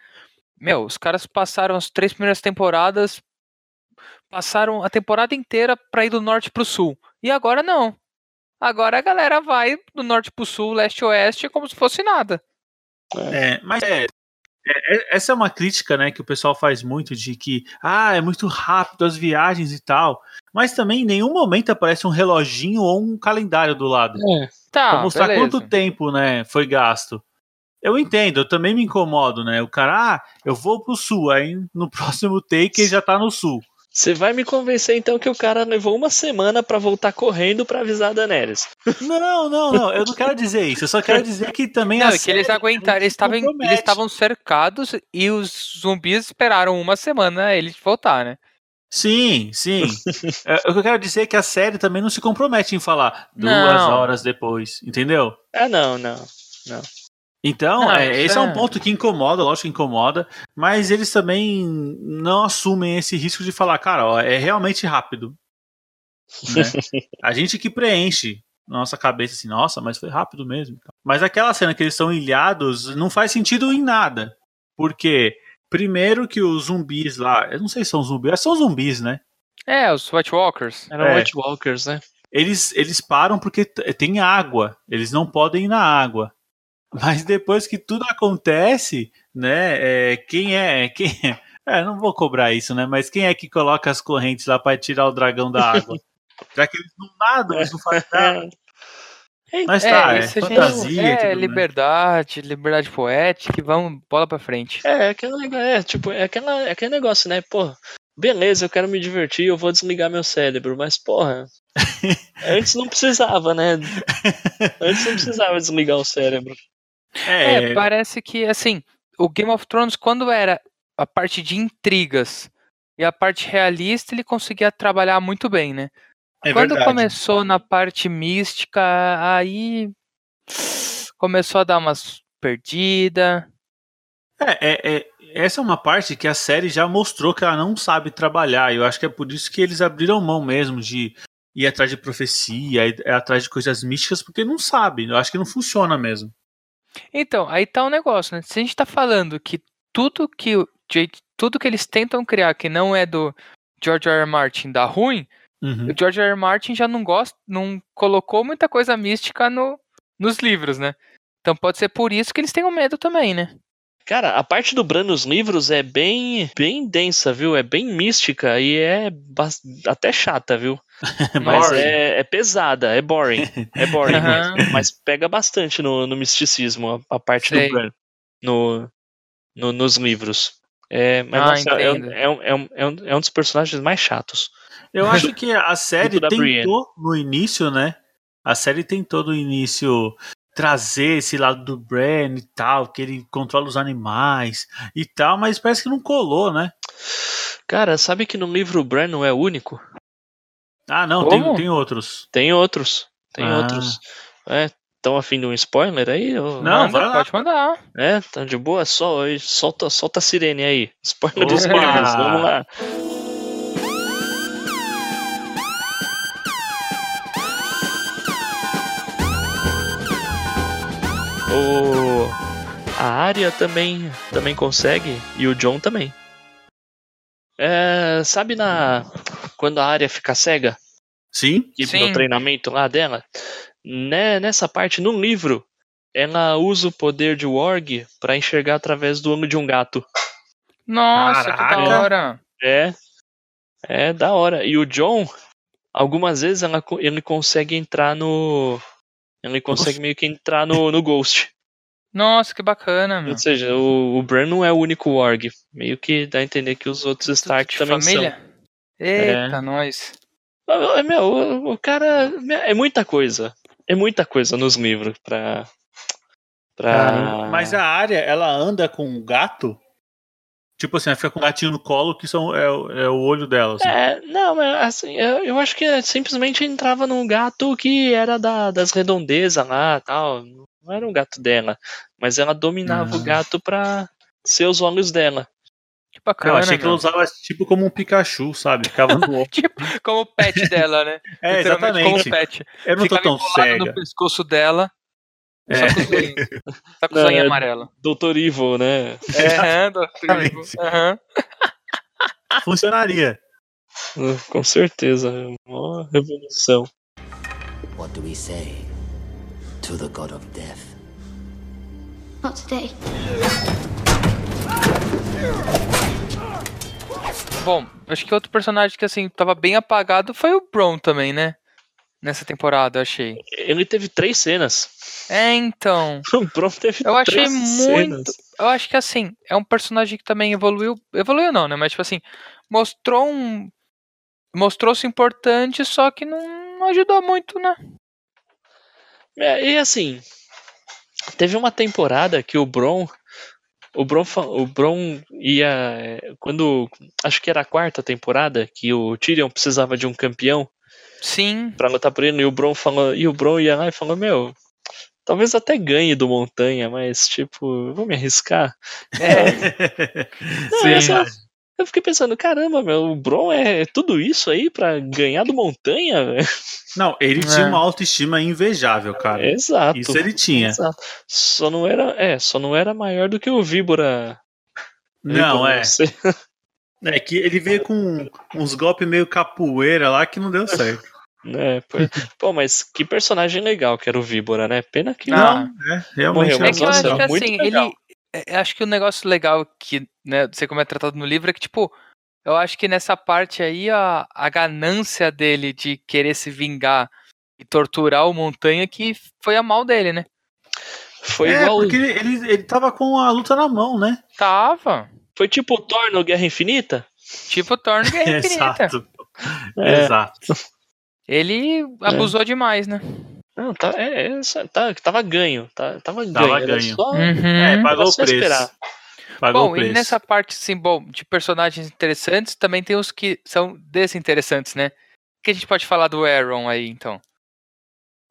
meu, os caras passaram as três primeiras temporadas, passaram a temporada inteira pra ir do norte pro sul. E agora não. Agora a galera vai do norte pro sul, leste e oeste, como se fosse nada.
É, mas é, é, é- essa é uma crítica, né, que o pessoal faz muito de que ah, é muito rápido as viagens e tal. Mas também em nenhum momento aparece um reloginho ou um calendário do lado
É.
Tá,
pra mostrar
beleza.
quanto tempo, né, foi gasto. Eu entendo, eu também me incomodo, né? O cara, ah, eu vou pro sul, aí no *laughs* próximo take ele já tá no sul.
Você vai me convencer então que o cara levou uma semana pra voltar correndo pra avisar a Daenerys.
Não, não, não, eu não quero dizer isso, eu só quero dizer que também
Não,
a
é que eles
série
aguentaram, eles estavam,
compromete.
eles estavam cercados e os zumbis esperaram uma semana eles voltar, né?
Sim,
*laughs*
sim. É, o que eu quero dizer é que a série também não se compromete em falar duas
Não.
horas depois, entendeu?
Ah, não, não.
Então,
Não,
é,
isso
esse é um
é-
ponto que incomoda, lógico que incomoda, mas eles também não assumem esse risco de falar, cara, ó, é realmente rápido. né? a gente que preenche nossa cabeça assim, nossa, mas foi rápido mesmo. Mas aquela cena que eles estão ilhados não faz sentido em nada. Porque, primeiro que os zumbis lá, eu não sei se são zumbis, são zumbis, né?
É, os White Walkers.
Eram
É.
White Walkers, né?
eles, eles param porque t- tem água, eles não podem ir na água. Mas depois que tudo acontece, né? é, quem é. Quem é, é, não vou cobrar isso, né? Mas quem é que coloca as correntes lá para tirar o dragão da
*laughs*
água? Já que eles não nadam, eles não fazem nada. É. Mas
é,
tá, é,
isso a gente-
fantasia. e tudo,
é
né?
liberdade, liberdade poética, e vamos bola pra frente.
É, é aquele negócio, é, tipo, é, aquela, é aquele negócio, né? Pô, beleza, eu quero me divertir, eu vou desligar meu cérebro, mas
*laughs*
porra. antes não precisava, né? Antes não precisava desligar o cérebro.
É,
É, parece que assim, o Game of Thrones quando era a parte de intrigas e a parte realista, ele conseguia trabalhar muito bem, né?
é
Quando
verdade.
começou na parte mística, aí começou a dar umas perdida.
É, é, é, essa é uma parte que a série já mostrou que ela não sabe trabalhar. E eu acho que é por isso que eles abriram mão mesmo de ir atrás de profecia, ir atrás de coisas místicas, porque não sabe. Eu acho que não funciona mesmo.
Então, aí tá um negócio, né? Se a gente tá falando que tudo que o J- tudo que eles tentam criar que não é do George R. R. Martin dá ruim,
Uhum.
o George R. R. Martin já não gosta, não colocou muita coisa mística no, nos livros, né? Então pode ser por isso que eles tenham medo também, né?
*laughs*
Cara, a parte do Bran nos livros é bem, bem densa, viu? É bem mística e é bas- até chata, viu? Mas
Boring. Uhum.
é, é pesada, é boring. É
*laughs*
boring,
Aham.
mas, mas pega bastante no, no misticismo a, a parte
Sei.
do Bran no, no- nos livros. É, mas
Ah,
nossa, é,
entendo.
um- é um- é um- é um- é um dos personagens mais chatos.
Eu acho que
*laughs*
a série
da Brienne.
tentou no início, né? A série tentou no início trazer esse lado do Bran e tal, que ele controla os animais e tal, mas parece que não colou, né?
Cara, sabe que no livro o Bran não é o único?
Ah, não, tem,
Como?
tem outros.
Tem outros. Tem
Ah.
outros. É, tão afim de um spoiler aí? Ou-
Não, vai lá.
pode mandar.
É, tá de boa? Só, solta, solta a sirene aí. Spoiler dos
Opa!
spoilers, vamos lá. O... A Arya também, também consegue e o John também. É, sabe na quando a Arya fica cega,
Sim.
que
Sim.
no treinamento lá dela, né, nessa parte no livro, ela usa o poder de Warg pra enxergar através do olho de um gato.
Nossa, que
Caraca.
da hora.
É. É da hora. E o John, algumas vezes ela co- ele consegue entrar no ele consegue meio que entrar no, no Ghost.
Nossa, que bacana,
tipo
meu.
Ou seja, o, o Bran não é o único Warg. Meio que dá a entender que os outros Stark
de
também são.
família?
É.
Eita, nós.
Ah, Meu, o- o cara. É muita coisa. É muita coisa nos livros pra.
Ah.
pra...
Mas a área, ela anda com um gato? Tipo assim, ela fica com um gatinho no colo, que são, é, o- é o olho dela. assim.
É, não, mas assim, eu, eu acho que é simplesmente entrava num gato que era da, das redondezas lá tal. Não era um gato dela. Mas ela dominava
Ah.
o gato pra ser os olhos dela.
Que
Eu
bacana,
achei que ela
meu.
usava tipo como um Pikachu, sabe? Ficava no olho.
*laughs* Tipo, como o pet dela, né?
*laughs* É,
Literalmente
exatamente.
Como o pet.
Eu não tô
Ficava
tão
enrolado no
cega.
pescoço dela.
É.
Só com o zoinho. Só com o
Não,
zoinho
é-
amarelo.
Doutor Evil, né?
*laughs* É, do
exatamente.
Aham.
É, Funcionaria.
Com certeza. é Uma revolução.
What do we say to the god of death?
Not today.
Bom, acho que outro personagem que, assim, tava bem apagado foi o Bron também, né? Nessa temporada, eu achei.
Ele teve três cenas. *laughs*
É, então.
O Bron teve
Eu achei
três
muito-
cenas.
Eu acho que, assim, é um personagem que também evoluiu. Evoluiu não, né? Mas, tipo assim, mostrou um. Mostrou-se importante, só que não ajudou muito, né?
É, e assim, teve uma temporada que o Bron. O Bron, fa- o Bron ia. é, Quando. Acho que era a quarta temporada que o Tyrion precisava de um campeão
Sim.
pra lutar por ele. E o Bron falou. E o Bron ia lá e falou, meu. Talvez até ganhe do Montanha, mas tipo, eu vou me arriscar.
É,
*laughs*
Não,
Sim.
eu, só- eu fiquei pensando, caramba, meu, o Bron é tudo isso aí pra ganhar do Montanha? velho?"
Não, ele
É.
tinha uma autoestima invejável, cara.
Exato.
Isso é ele tinha.
Exato. Só não era, é, só não era maior do que o Víbora
Não,
Então,
é.
você-
É que ele veio com uns golpes meio capoeira lá que não deu certo.
né,
*laughs*
pô, pô, mas que personagem legal que era o Víbora, né? Pena que.
Ah,
é, realmente era
Morreu,
é
mas
que eu
nossa,
acho que
legal.
muito
assim,
legal.
ele. é, Acho que o negócio legal que, né, não sei como é tratado no livro, é que, tipo, eu acho que nessa parte aí a, a ganância dele de querer se vingar e torturar o Montanha que foi a mal dele, né?
Foi
é,
igual.
porque ele, ele, ele tava com a luta na mão, né?
Tava.
Foi tipo o Thor no Guerra Infinita?
Tipo,
*laughs*
torna guerra infinita.
Exato. É.
É.
Exato.
Ele abusou demais, né?
Não, tá, é, é, só- tá- tava ganho. Tá, tava ganho. era
ganho.
só-
É,
Uhum.
era
pagou o
só
preço.
esperar.
Pagou
Bom,
o
e
preço.
nessa parte, assim, bom, de personagens interessantes, também tem os que são desinteressantes, né? O que a gente pode falar do Aaron aí, então?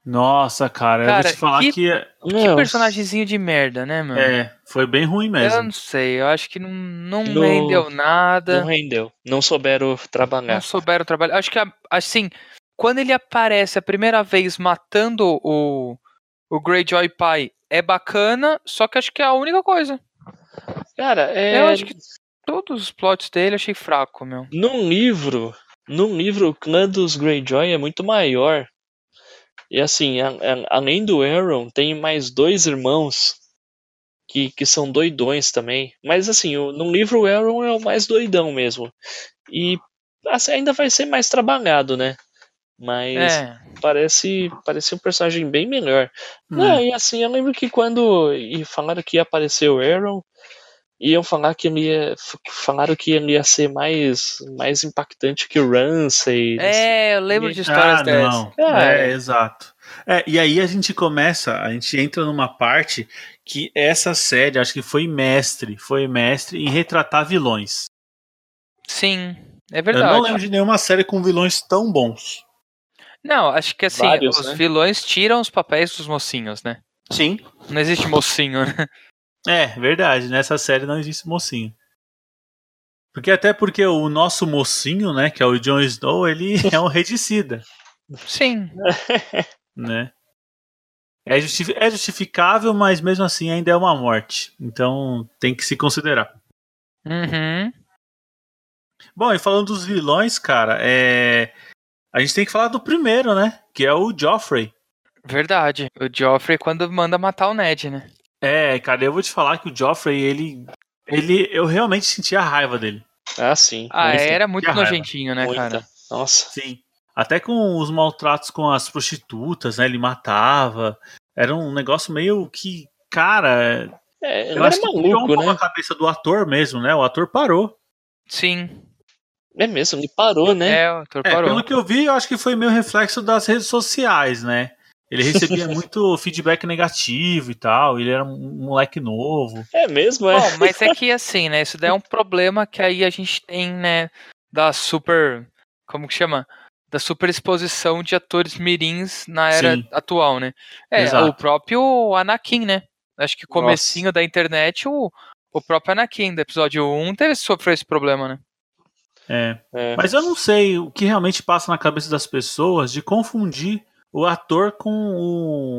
Nossa, cara, eu
Cara,
vou te falar
que-
que,
Que
Não,
personagemzinho de merda, né, mano?
Hum.
é, foi bem ruim
Eu
mesmo.
não sei, eu acho que não, não
No-
rendeu nada,
Não
não,
rendeu. Não souberam trabalhar.
souberam trabalhar. Acho que, a- assim, quando ele aparece a primeira vez matando o, o Greyjoy Pai, é bacana, só que acho que é a única coisa.
Cara, é,
Eu acho que todos os plots dele eu achei fraco, meu.
num livro, num livro, o clã dos Greyjoy é muito maior. E assim, a- a- além do Aaron, tem mais dois irmãos que, que são doidões também. Mas assim, o, num livro o Aaron é o mais doidão mesmo. E assim, ainda vai ser mais trabalhado, né? Mas
É,
parece, parece um personagem bem melhor.
Hum.
Não,
Né?
e assim, eu lembro que quando e falaram que ia aparecer o Aaron, iam falar que ele ia, f- falaram que ele ia ser mais, mais impactante que o Ramsay.
é eu lembro de histórias
ah,
dessas.
Não.
Ah,
É, exato. É, e aí a gente começa, a gente entra numa parte que essa série, acho que foi mestre, foi mestre em retratar vilões.
Sim, é
Eu não
verdade.
lembro de nenhuma série com vilões tão bons.
Não, acho que assim,
Vários,
os
né?
vilões tiram os papéis dos mocinhos, né?
Sim.
Não existe mocinho, né?
É, verdade. Nessa série não existe mocinho. Porque até porque o nosso mocinho, né, que é o Jon *laughs* Snow, ele é um regicida,
Sim.
né? É, justi- é justificável, mas mesmo assim ainda é uma morte. Então tem que se considerar.
Uhum.
Bom, e falando dos vilões, cara, é. A gente tem que falar do primeiro, né? Que é o Joffrey.
Verdade. O Joffrey é quando manda matar o Ned, né?
É, cara, eu vou te falar que o Joffrey, ele. ele eu realmente senti a raiva dele.
Ah, sim.
Ah,
Muita,
era muito
que raiva.
nojentinho, né,
muita.
cara?
Nossa.
Sim. Até com os maltratos com as prostitutas, né? Ele matava. Era um negócio meio que. Cara,
É,
eu
ele era
acho que tirou um
maluco,
pouco a
né?
cabeça do ator mesmo, né? O ator parou.
Sim.
É mesmo, ele parou, né?
É, o ator
É,
parou.
pelo que eu vi, eu acho que foi meio reflexo das redes sociais, né? Ele
*laughs*
recebia muito feedback negativo e tal. Ele era um moleque novo.
É, mesmo, é.
Bom, mas é que assim, né? Isso daí é um problema que aí a gente tem, né? Da super. Como que chama? Da super exposição de atores mirins na era
Sim.
atual, né? É,
Exato.
o próprio Anakin, né? Acho que comecinho da internet, o, o próprio Anakin, do episódio 1, teve, sofreu esse problema, né?
É.
É.
Mas eu não sei o que realmente passa na cabeça das pessoas de confundir o ator com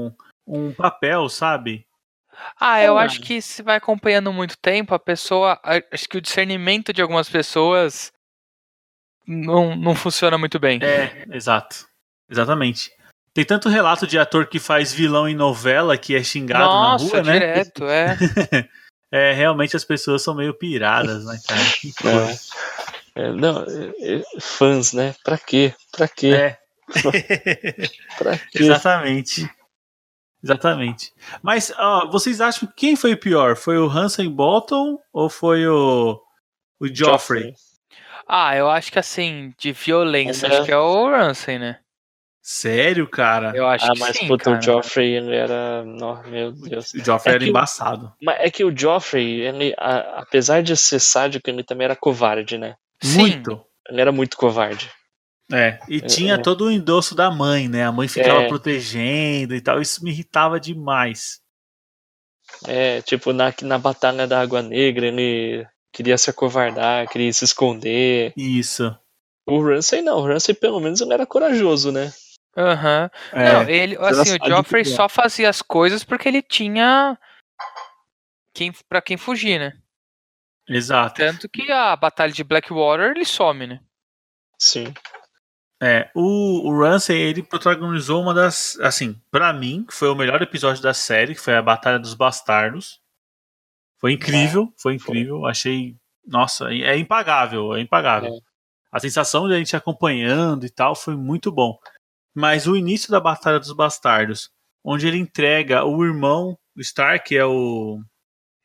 um, um papel, sabe?
Ah, eu
É.
acho que se vai acompanhando muito tempo, a pessoa. a- Acho que o discernimento de algumas pessoas não, não funciona muito bem.
É, exato. Exatamente. Tem tanto relato de ator que faz vilão em novela que é xingado
Nossa,
na rua, né?
direto, é.
*laughs* É, realmente as pessoas são meio piradas, né,
*laughs*
cara? Que coisa.
É. É, não, é, é, fãs, né? Pra quê? Pra quê?
É.
É,
Pra quê?
Exatamente. Exatamente. Mas ó, vocês acham que quem foi o pior? Foi o Hansen Bolton ou foi o, o Joffrey?
Ah, eu acho que assim, de violência,
Ainda-
acho que é o Ransom, né?
Sério, cara?
Eu acho
Ah,
que
mas
sim,
puta,
cara.
o Joffrey ele era. Nossa, meu Deus.
O Joffrey
É
era
que o-
embaçado.
Mas é que o Joffrey, ele, a- apesar de ser sádico, ele também era covarde, né?
Sim,
Muito.
Ele era muito covarde.
É, e tinha
é.
todo o endosso da mãe, né? A mãe ficava
É.
protegendo e tal. Isso me irritava demais.
É, tipo, na, na Batalha da Água Negra, ele queria se acovardar, queria se esconder.
Isso.
O Ramsay não, o Ramsay pelo menos ele era corajoso, né?
Aham.
É,
Não, ele, assim, o
sabe
Joffrey
que é.
só fazia as coisas porque ele tinha quem, pra quem fugir, né?
exato.
Tanto que a batalha de Blackwater ele some, né?
Sim.
É, o, o Ramsay, ele protagonizou uma das, assim, pra mim, que foi o melhor episódio da série, que foi a Batalha dos Bastardos. Foi incrível, É, foi incrível, achei, nossa, é impagável, é impagável. A sensação de a gente acompanhando e tal foi muito bom. Mas o início da Batalha dos Bastardos, onde ele entrega o irmão o Stark, é o,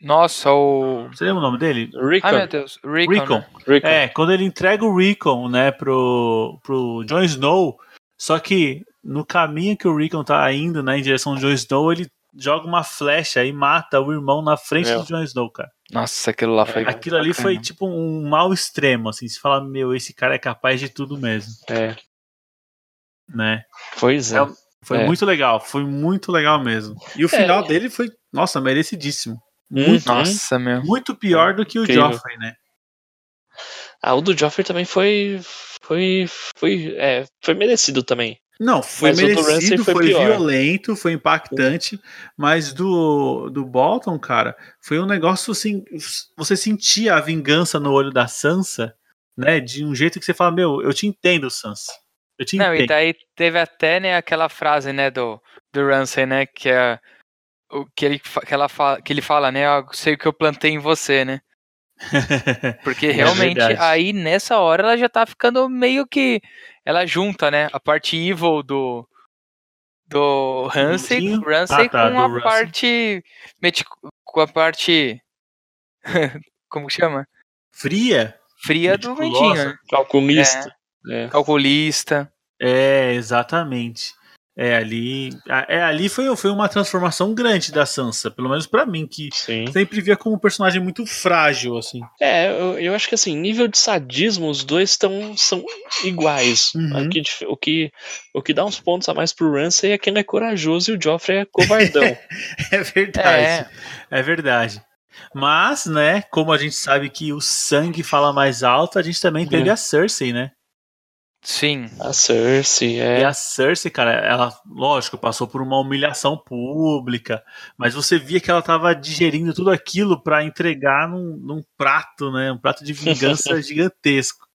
Nossa, o.
você lembra o nome dele?
Rickon,
Ai Ah, meu Deus, Rickon.
Rickon.
né?
Rickon.
É, quando ele entrega o Rickon, né, pro, pro Jon Snow, só que no caminho que o Rickon tá indo, né, em direção ao Jon Snow, ele joga uma flecha e mata o irmão na frente
Meu.
do Jon Snow, cara.
Nossa, aquilo lá foi.
É, Aquilo ali foi
bacana.
tipo um mal extremo, assim, se fala, meu, esse cara é capaz de tudo mesmo,
É,
né?
pois é.
É o- Foi
É.
muito legal, foi muito legal mesmo. E o final dele foi, nossa, merecidíssimo. Muito,
Nossa, meu.
muito pior do que o
Incrível.
Joffrey, né?
Ah, o do Joffrey também foi. Foi. Foi. É, foi merecido também.
Não, foi
Mas o do Ramsey
merecido,
foi
foi,
pior.
violento, foi impactante, mas do, do Bolton, cara, foi um negócio assim. Você sentia a vingança no olho da Sansa, né? De um jeito que você fala, meu, eu te entendo, Sansa. Eu te
Não, e
entendo.
daí teve até, né, aquela frase, né, do, do Ramsay, né, que é o que ele, fa- que ela fala, que ele fala, né, eu sei o que eu plantei em você, né, porque realmente
É verdade.
aí nessa hora ela já tá ficando meio que, ela junta, né, a parte evil do do Ramsay,
Bonzinho?
Ramsay
Ah, tá,
com
do
a
Ramsay.
parte meticu- com a parte *laughs* como que chama?
*laughs* Fria?
Fria do
Meticulosa.
Mendinho, né?
Calculista. É.
calculista.
É, exatamente. É ali, a- é, ali foi, foi uma transformação grande da Sansa, pelo menos pra mim, que
Sim.
sempre via como um personagem muito frágil, assim.
É, eu, eu acho que assim, nível de sadismo, os dois tão, são iguais.
Uhum.
O, que, dif- o, que, o que dá uns pontos a mais pro Ramsay é que ele é corajoso e o Joffrey é covardão.
*laughs* É verdade.
É,
É verdade. Mas, né,
É.
como a gente sabe que o sangue fala mais alto, a gente também teve a Cersei, né?
Sim.
A Cersei,
E
é.
a Cersei, cara, ela, lógico, passou por uma humilhação pública, mas você via que ela tava digerindo tudo aquilo pra entregar num, num prato, né? Um prato de vingança
*laughs*
gigantesco.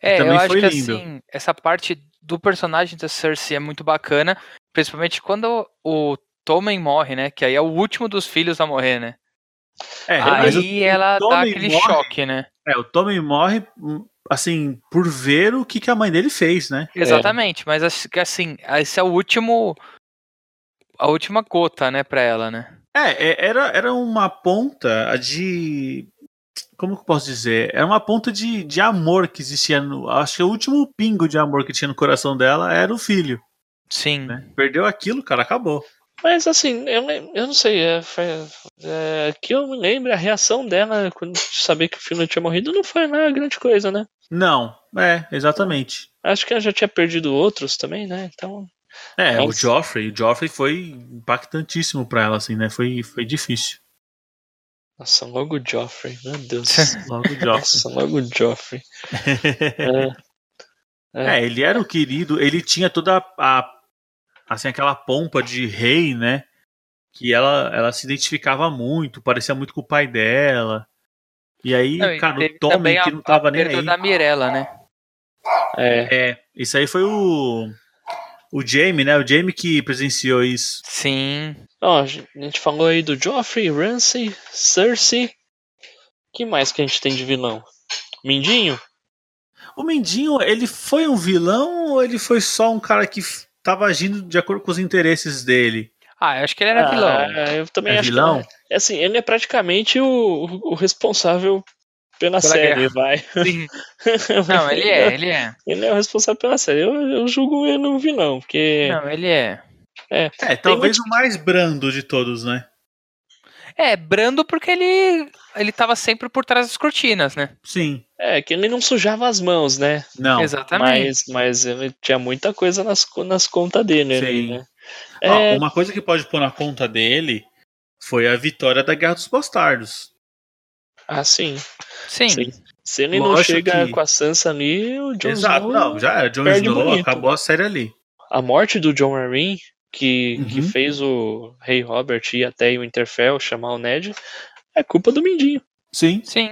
É,
Também
eu acho
foi
que
lindo.
assim, essa parte do personagem da Cersei é muito bacana, principalmente quando o Tommen morre, né? Que aí é o último dos filhos a morrer, né?
É, mas o,
aí ela dá
Tommen
aquele
morre-
choque, né?
é, o Tommy morre, assim, por ver o que, que a mãe dele fez, né?
Exatamente, mas acho que assim, esse é o último. A última gota, né, pra ela, né?
É, é, era, era uma ponta de. Como que eu posso dizer? Era uma ponta de, de amor que existia. No, acho que o último pingo de amor que tinha no coração dela era o filho.
Sim.
né? Perdeu aquilo, cara, acabou.
Mas assim, eu, lem- eu não sei, é, foi, é, que eu me lembro, a reação dela quando de saber que o filho tinha morrido não foi lá grande coisa, né?
Não, é, exatamente.
Acho que ela já tinha perdido outros também, né? Então.
É, o
Mas-
Joffrey. O Joffrey foi impactantíssimo pra ela, assim, né? Foi, foi difícil.
Nossa, logo o Joffrey, meu Deus. do céu.
Logo o Joffrey.
Nossa, logo o Joffrey. É,
É, ele era o querido, ele tinha toda a, a- assim aquela pompa de rei, né? Que ela, ela se identificava muito, parecia muito com o pai dela. E aí,
Não, e
cara,
teve
o Tommy
também
que
a-
não tava nem
Perda
aí.
da Mirella, né?
é.
É, isso aí foi o o Jamie, né? O Jamie que presenciou isso.
Sim.
Ó, a gente falou aí do Joffrey, Ramsay, Cersei. que mais que a gente tem de vilão? Mindinho?
O Mendinho, ele foi um vilão ou ele foi só um cara que f- tava agindo de acordo com os interesses dele?
Ah, eu acho que ele era vilão.
Ah, eu também
É
acho
vilão?
que. é Assim, ele é praticamente o, o responsável pela,
Pela
série, vai.
Sim. *laughs* Não, ele é, ele é.
*laughs* Ele é o responsável pela série. Eu, eu julgo ele um vilão, porque.
Não, ele *laughs* é.
É, talvez o mais brando de todos, né?
É, brando porque ele ele tava sempre por trás das cortinas, né?
Sim.
É, que ele não sujava as mãos, né?
Não.
Exatamente.
Mas, mas ele tinha muita coisa nas, co- nas contas dele ali,
Sim.
né?
Ó, um
É,
uma coisa que pode pôr na conta dele foi a vitória da Guerra dos Bastardos.
assim.
Sim.
Sim. Se ele não
Lógico
chega
que-
com a Sansa ali, o Jon
Exato,
Snow...
não, já era. Jon
perde
Snow
bonito.
acabou a série ali.
A morte do Jon Arryn, que, que
Uhum.
fez o Rei Robert ir até o Winterfell chamar o Ned, é culpa do Mindinho.
Sim,
Sim.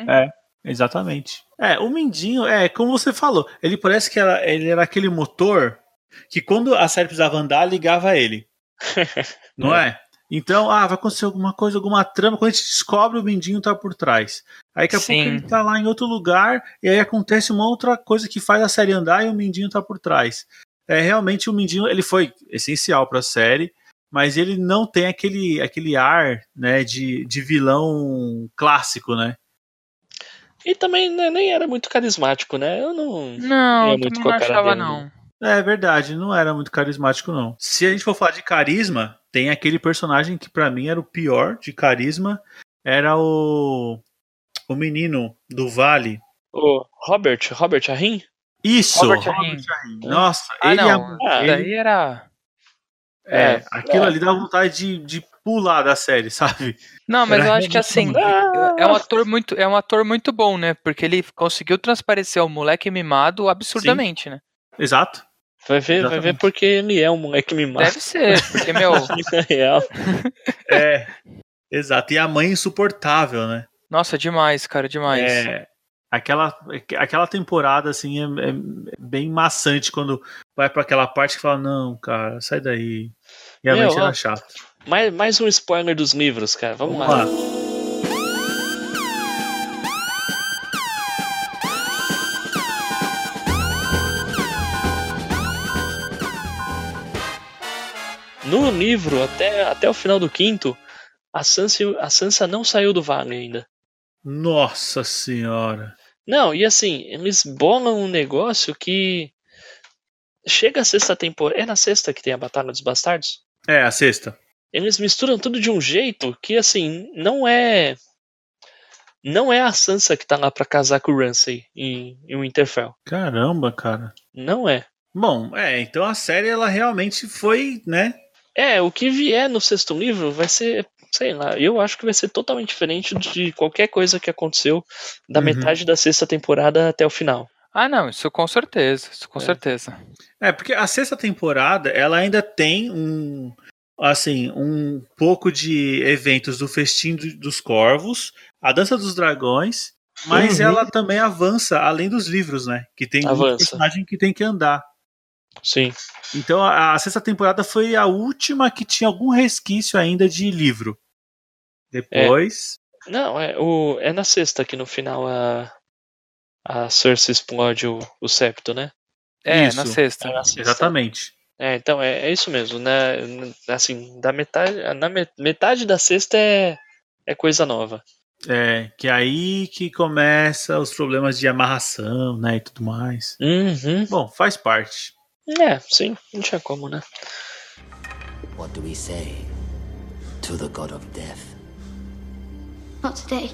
exatamente. É, o Mindinho, é, como você falou, ele parece que era, ele era aquele motor que quando a série precisava andar, ligava *laughs* ele. não é? Então, ah, vai acontecer alguma coisa, alguma trama, quando a gente descobre, o Mindinho tá por trás. Aí daqui a
Sim.
pouco ele tá lá em outro lugar, e aí acontece uma outra coisa que faz a série andar e o Mindinho tá por trás. É, realmente o Mindinho, ele foi essencial pra série, mas ele não tem aquele, aquele ar, né, de, de vilão clássico, né?
E também né, nem era muito carismático, né? Eu não...
Não,
É
eu
muito
também
com
não
a cara
achava,
dele, né?
não.
É verdade, não era muito carismático, não. Se a gente for falar de carisma, tem aquele personagem que pra mim era o pior de carisma, era o. O menino do Vale.
O Robert, Robert Arryn?
Isso!
Robert
Robert
Arryn.
Arryn. Nossa,
Ah,
ele
não.
Ah,
Isso daí era.
é,
É,
aquilo
é.
ali dá vontade de, de pular da série, *laughs* sabe?
Não, mas
Era
eu acho que assim,
ridículo.
Ah,
é um ator muito, é um ator muito bom, né? Porque ele conseguiu transparecer o moleque mimado absurdamente, né?
Exato.
Vai ver, vai ver
Exatamente.
porque ele é um moleque mimado
Deve ser, porque
*laughs*
meu,
na real.
É. exato. E a mãe insuportável, né?
nossa, demais, cara, demais.
É, aquela, aquela temporada, assim, é, é bem maçante quando vai pra aquela parte que fala, não, cara, sai daí. Realmente
Meu, ó.
era chato.
Mais, mais um spoiler dos livros, cara. Vamos
Vamos
lá.
lá.
No livro, até, até o final do quinto, a Sansa, a Sansa não saiu do vale ainda.
Nossa senhora.
Não, e assim, eles bolam um negócio que. Chega a sexta temporada. É na sexta que tem a Batalha dos Bastardos?
É, a sexta.
Eles misturam tudo de um jeito que, assim, não é. Não é a Sansa que tá lá pra casar com o Ramsay em, em Winterfell.
Caramba, cara.
Não é.
Bom, é, então a série ela realmente foi, né?
É, o que vier no sexto livro vai ser, sei lá, eu acho que vai ser totalmente diferente de qualquer coisa que aconteceu da
Uhum.
metade da sexta temporada até o final.
Ah, não, isso com certeza, isso com
É.
certeza.
É, porque a sexta temporada, ela ainda tem um assim, um pouco de eventos do Festim do- dos Corvos, a Dança dos Dragões, mas
Uhum.
ela também avança além dos livros, né? Que tem um
Avança.
personagem que tem que andar.
Sim.
Então a, a sexta temporada foi a última que tinha algum resquício ainda de livro. Depois,
Não, é, o, é na sexta que no final a, a Cersei explode o, o septo, né?
É, na
Isso.
sexta.
É na sexta.
exatamente.
É, então, é, é isso mesmo. Na, na- assim, da metade, na me- metade da sexta é, é coisa nova.
É, que aí que começa os problemas de amarração, né, e tudo mais.
Uhum.
Bom, faz parte.
É, sim, não tinha como, né?
What do we say to the god of death?
Not today.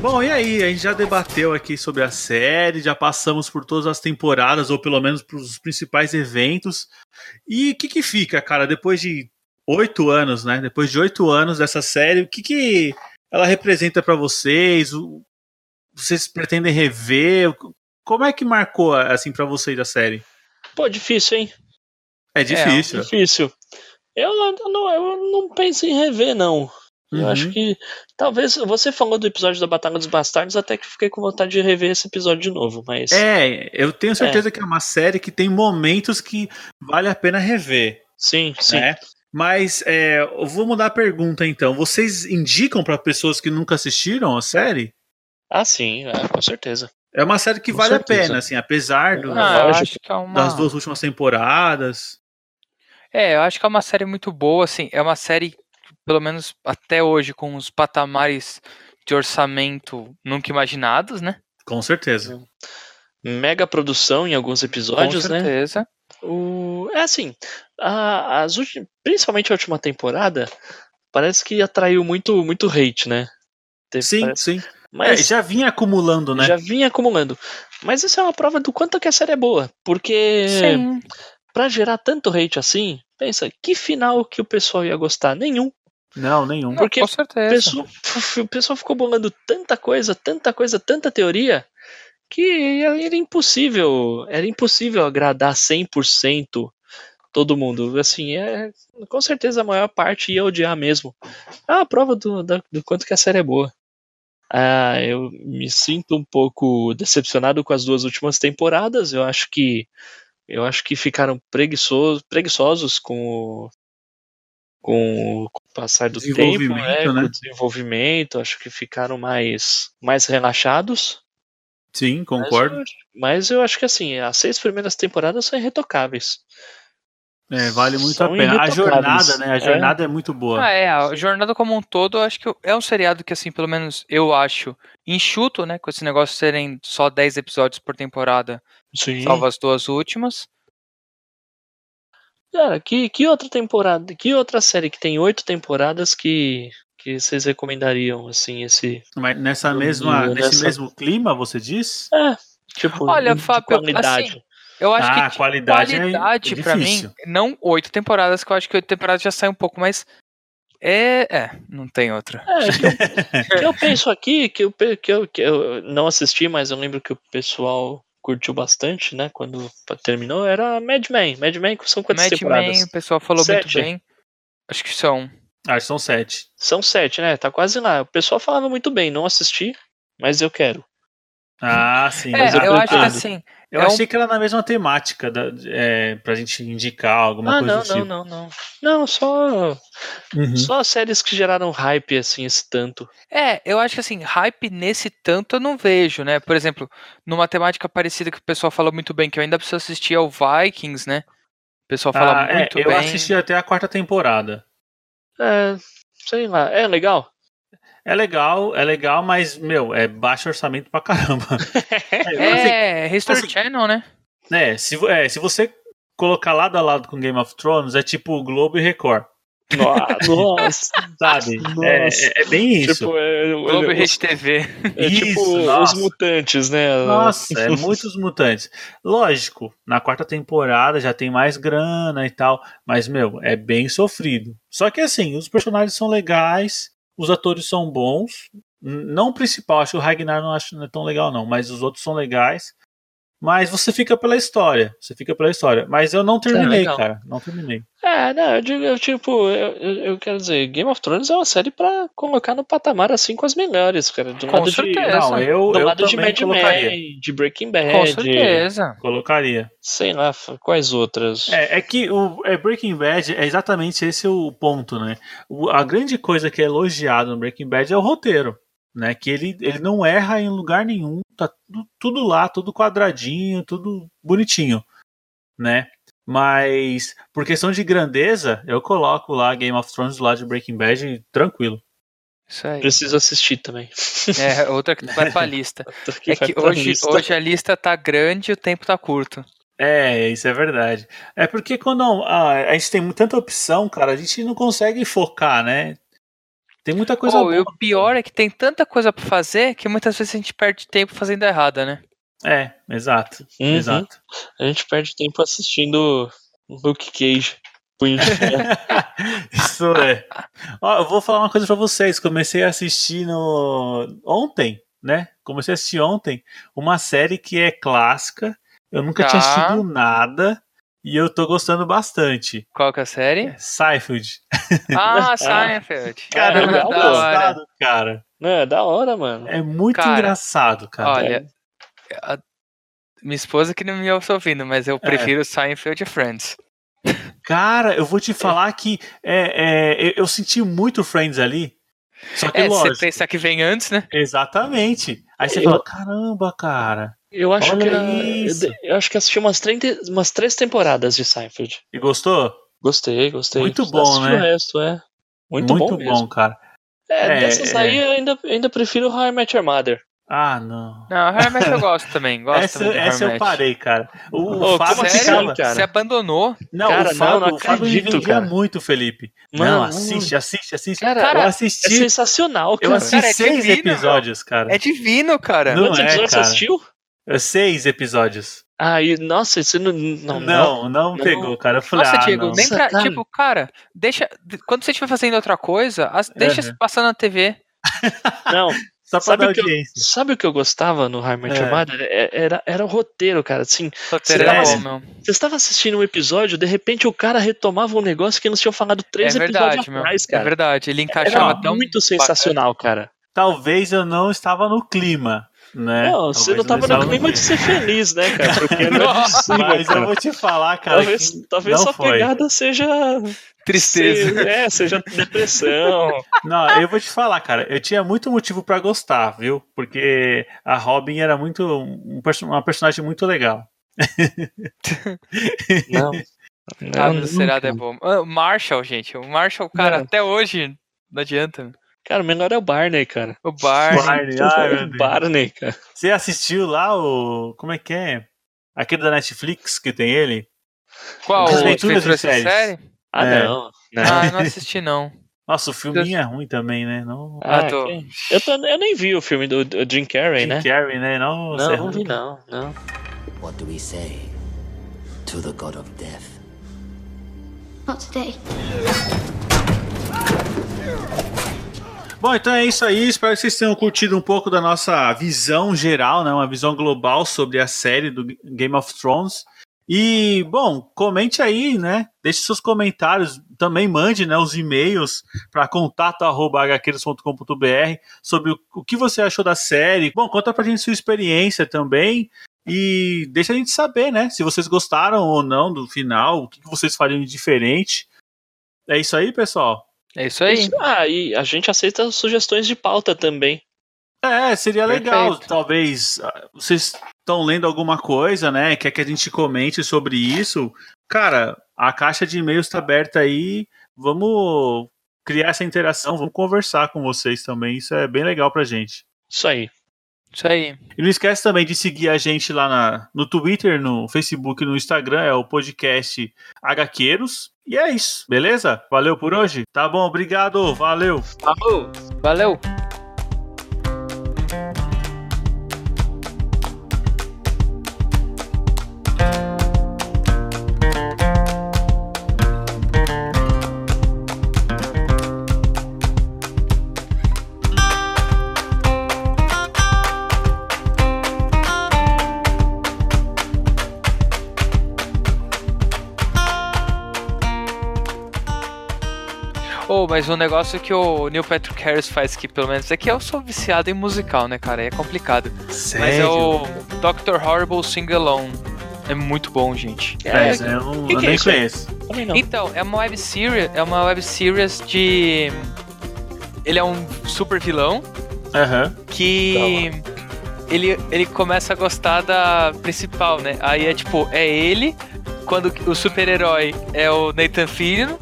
Bom, e aí? A gente já debateu aqui sobre a série, já passamos por todas as temporadas, ou pelo menos pros principais eventos. E o que que fica, cara, depois de oito anos, né? Depois de oito anos dessa série, o que que ela representa pra vocês? O- Vocês pretendem rever? Como é que marcou, assim, pra vocês a série?
Pô, difícil, hein?
É difícil.
Difícil. Eu, não- não, eu não penso em rever, não. Eu
Uhum.
acho que. Talvez. Você falou do episódio da Batalha dos Bastardos, até que fiquei com vontade de rever esse episódio de novo, mas.
É, eu tenho certeza que é uma série que tem momentos que vale a pena rever,
Sim, sim.
né? Mas é, eu vou mudar a pergunta então. Vocês indicam para pessoas que nunca assistiram a série?
Ah, sim, é, com certeza.
É uma série que
Com
vale a
certeza.
pena, assim, apesar do-
Ah, eu
lógico.
acho que é uma.
das duas últimas temporadas.
É, eu acho que é uma série muito boa, assim, é uma série, pelo menos até hoje, com os patamares de orçamento nunca imaginados, né?
Com certeza.
Mega produção em alguns episódios,
com
né?
certeza.
O... É assim, a- as ulti- principalmente a última temporada, parece que atraiu muito, muito hate, né? Teve-
Sim,
parece-
sim.
Mas
É, já vinha acumulando, né?
já vinha acumulando. Mas isso é uma prova do quanto que a série é boa. Porque
Sim.
pra gerar tanto hate assim, pensa, que final que o pessoal ia gostar? Nenhum.
Não, nenhum.
Não,
porque
com certeza.
pessoa- o pessoal ficou bolando tanta coisa, tanta coisa, tanta teoria, que era impossível, era impossível agradar 100% todo mundo. Assim, é, com certeza a maior parte ia odiar mesmo. É uma prova do, da- do quanto que a série é boa. Ah, eu me sinto um pouco decepcionado com as duas últimas temporadas. Eu acho que eu acho que ficaram preguiçosos, preguiçosos com o, com o passar do tempo, né,
Desenvolvimento,
com
né?
o desenvolvimento. Acho que ficaram mais mais relaxados.
Sim,
Mas
concordo.
eu- Mas eu acho que assim, as seis primeiras temporadas são irretocáveis.
É, vale muito a
são
pena. A
irretocáveis.
jornada, né? A
É.
jornada é, muito boa.
Ah, é, a jornada como um todo, eu acho que é um seriado que, assim, pelo menos eu acho enxuto, né? Com esse negócio de serem só 10 episódios por temporada,
Sim.
salvo as duas últimas.
Cara, que, que outra temporada, que outra série que tem oito temporadas que, que vocês recomendariam, assim, esse.
Mas nessa
Eu-
mesma,
eu-
nesse
nessa-
mesmo clima, você diz?
Tipo,
Olha,
de
Fábio,
qualidade.
Eu acho
Ah,
que
qualidade é
qualidade pra mim,
difícil.
não oito temporadas, que eu acho que oito temporadas já sai um pouco, mas é, é, não tem outra.
É, que eu, que eu penso aqui, que eu, pe- que, eu, que eu não assisti, mas eu lembro que o pessoal curtiu bastante, né? Quando terminou, era Mad Men. Mad Men são quantas
Mad
temporadas?
Men, é o pessoal falou
Sete.
muito bem. Acho que são.
Acho que Ah, são sete.
São sete, né? Tá quase lá. O pessoal falava muito bem, não assisti, mas eu quero.
Ah, sim.
É,
mas eu
eu, acho que
pretendo.
assim,
Eu
É um-
achei que era na mesma temática da, é, pra gente indicar alguma
ah,
coisa
não,
do
não,
tipo.
não, não. Não, só,
Uhum.
só séries que geraram hype, assim, esse tanto.
É, eu acho que assim, hype nesse tanto eu não vejo, né? Por exemplo, numa temática parecida que o pessoal falou muito bem, que eu ainda preciso assistir, é o Vikings, né? O pessoal fala
Ah, é,
muito
eu
bem.
assisti até a quarta temporada.
É, sei lá.
*laughs*
É legal?
É legal, é legal, mas, meu, é baixo orçamento pra caramba. é, assim,
É, History
assim-
Channel, né?
né, se, vo- é, se você colocar lado a lado com Game of Thrones, é tipo Globo e Record,
Nossa.
sabe? É,
*laughs* Nossa.
é- é bem isso.
Tipo, é, é-
Globo e
é-
Rede TV.
é tipo
Isso,
os
nossa.
mutantes, né?
Nossa, é muitos mutantes. Lógico, na quarta temporada já tem mais grana e tal, mas, meu, é bem sofrido. Só que assim, os personagens são legais, os atores são bons, Não o principal, acho que o Ragnar não acho não é tão legal, não, mas os outros são legais. Mas você fica pela história. Você fica pela história. Mas eu não terminei,
legal.
cara. Não terminei.
É, não, eu digo, eu, tipo, eu, eu, eu quero dizer, Game of Thrones é uma série pra colocar no patamar assim com as melhores, cara. Do
Com
lado
certeza.
de.
não,
essa-
eu,
Do
eu
lado de
também
Mad
colocaria.
Men, é de Breaking
Com
Bad,
certeza.
Colocaria.
sei lá, f- quais outras.
É, é que o é Breaking Bad é exatamente esse o ponto, né? O- a grande coisa que é elogiado no Breaking Bad é o roteiro, né? Que ele, ele não erra em lugar nenhum, tá tudo, tudo lá, tudo quadradinho, tudo bonitinho, né? Mas por questão de grandeza, eu coloco lá Game of Thrones do lado de Breaking Bad tranquilo.
Isso aí.
Preciso assistir também.
É, outra que
*laughs*
vai pra lista.
Puta
É
vai
que
pra
hoje,
lista.
hoje a lista tá grande e o tempo tá curto.
É, isso é verdade. É porque quando a, a gente tem tanta opção, cara, a gente não consegue focar, né? Tem muita coisa
Ou
boa.
e o pior é que tem tanta coisa pra fazer que muitas vezes a gente perde tempo fazendo errada, né?
É, exato,
Uhum.
exato.
A gente perde tempo assistindo Luke Cage. Punho de Ferro.
Isso é. Ó, eu vou falar uma coisa pra vocês. Comecei a assistir no... ontem, né? Comecei a assistir ontem uma série que é clássica. Eu nunca
Tá.
tinha assistido nada e eu tô gostando bastante.
Qual que é
*laughs*
a série?
Seinfeld.
Ah, Seinfeld.
Cara, eu
É legal,
tô
É da
pô.
hora.
gostado, cara.
Não, é da hora, mano.
É muito
Cara,
engraçado, cara.
Olha, a- minha esposa que não me ouve ouvindo, mas
É.
eu prefiro Seinfeld e Friends.
Cara, eu vou te falar que é, é, eu- eu senti muito Friends ali. Só que
É,
lógico.
você pensa que vem antes, né?
Exatamente. Aí você
Eu-
fala, caramba, cara.
Eu acho
Olha
que era-
isso.
eu, eu acho que assisti umas, 30, umas três temporadas de Seinfeld.
E gostou?
Gostei, gostei.
Muito
Preciso
bom,
assistir
né?
O resto é muito, bom, mesmo.
cara.
É,
É,
dessas
é.
aí eu ainda, ainda prefiro How I Met Your Mother.
Ah, não.
Não, realmente eu gosto também. Gosto
Essa,
também de
essa eu
Hermet.
parei, cara. O, o
Ô,
Fábio
como
assim,
ficava.
cara?
Você abandonou.
Não,
Cara,
o Fábio,
não, não
o Fábio me
acredito,
vendia
cara.
muito, Felipe.
Mano,
não, assiste, assiste, assiste.
Cara,
eu
cara,
É
assisti,
sensacional,
eu
cara.
assisti
Cara, é
seis
divino,
episódios, cara.
É divino, cara.
Não
Quantos
é,
episódios você
cara.
assistiu?
É Seis episódios.
Ah, e, nossa, isso não. Não,
Não, não,
não.
pegou, cara. Eu falei,
Nossa,
ah,
Diego,
não.
nem
Nossa,
pra.
cara.
Tipo, cara, deixa. d- Quando você estiver fazendo outra coisa, as- deixa
Uhum.
passar na TV.
não.
Só pra
sabe
dar
o que eu-
audiência.
Sabe o que eu gostava no How I Met
É.
Your Mother? É- Era, era o roteiro, cara. Assim,
Roteiro
Sério?
era bom, É, meu.
você estava assistindo um episódio, de repente o cara retomava um negócio que eles tinham falado três
É verdade,
episódios
meu.
atrás,
É
cara.
verdade. um Ele encaixava
achava
Era
tão.
muito sensacional, cara.
Talvez eu não estava no clima, né?
Não,
Talvez
você não
eu
tava
estava
no clima de ser feliz, né, cara? Porque não é possível,
*laughs* Mas
cara.
eu vou te falar, cara.
Talvez,
que
talvez
não
sua
foi.
pegada seja.
Tristeza.
se- é, seja
*laughs*
depressão.
Não, eu vou te falar, cara. Eu tinha muito motivo pra gostar, viu? Porque a Robin era muito um perso- uma personagem muito legal.
Não.
Ah,
Não,
mas o Serado é bom. Ah, O Marshall, gente. O Marshall, cara, até hoje não adianta.
Cara, o melhor é o Barney, cara.
O Barney.
*laughs* Barney, ai, meu
o
Deus.
Barney, cara.
Você assistiu lá o como é que é? Aquele da Netflix que tem ele?
Qual?
As
o
leituras
Feitura
de séries.
Série?
Ah,
É.
não. não.
Ah, não assisti, não.
*laughs* Nossa, o filminho é ruim também, né? Não.
Ah, tô.
que- Eu, tô, eu nem vi o filme do, do Jim Carrey,
Jim
né?
Carrey, né? Não,
Não, não vi, não. não.
What do we say to the god of death?
Not today.
Bom, então é isso aí. Espero que vocês tenham curtido um pouco da nossa visão geral, né? Uma visão global sobre a série do Game of Thrones. E, bom, comente aí, né? Deixe seus comentários. Também mande né, os e-mails para contato.hqueiros.com.br sobre o, o que você achou da série. Bom, conta pra gente sua experiência também. E deixa a gente saber, né? Se vocês gostaram ou não do final, o que vocês fariam de diferente. É isso aí, pessoal.
É isso aí.
Ah, e a gente aceita sugestões de pauta também.
É, seria
Perfeito.
legal, talvez. ah, Vocês estão lendo alguma coisa, né? Quer que a gente comente sobre isso? Cara, a caixa de e-mails está aberta aí. Vamos criar essa interação, vamos conversar com vocês também. Isso é bem legal pra gente.
Isso aí.
Isso aí.
E não esquece também de seguir a gente lá na- no Twitter, no Facebook, no Instagram, é o podcast Hqueiros. E é isso, beleza? Valeu por hoje? Tá bom, obrigado, valeu!
Falou. Valeu. Pô, mas um negócio que o Neil Patrick Harris faz que pelo menos é que eu sou viciado em musical, né, cara? É complicado.
Sério?
Mas é o Dr. Horrible Sing Alone. É muito bom, gente.
Mas eu não-
Que
eu
que é
nem
isso?
conheço.
Também não.
Então, é uma web series, é uma web series de ele é um super vilão
Aham.
que ele, ele começa a gostar da principal, né? Aí é tipo, é ele, quando o super-herói é o Nathan Fillion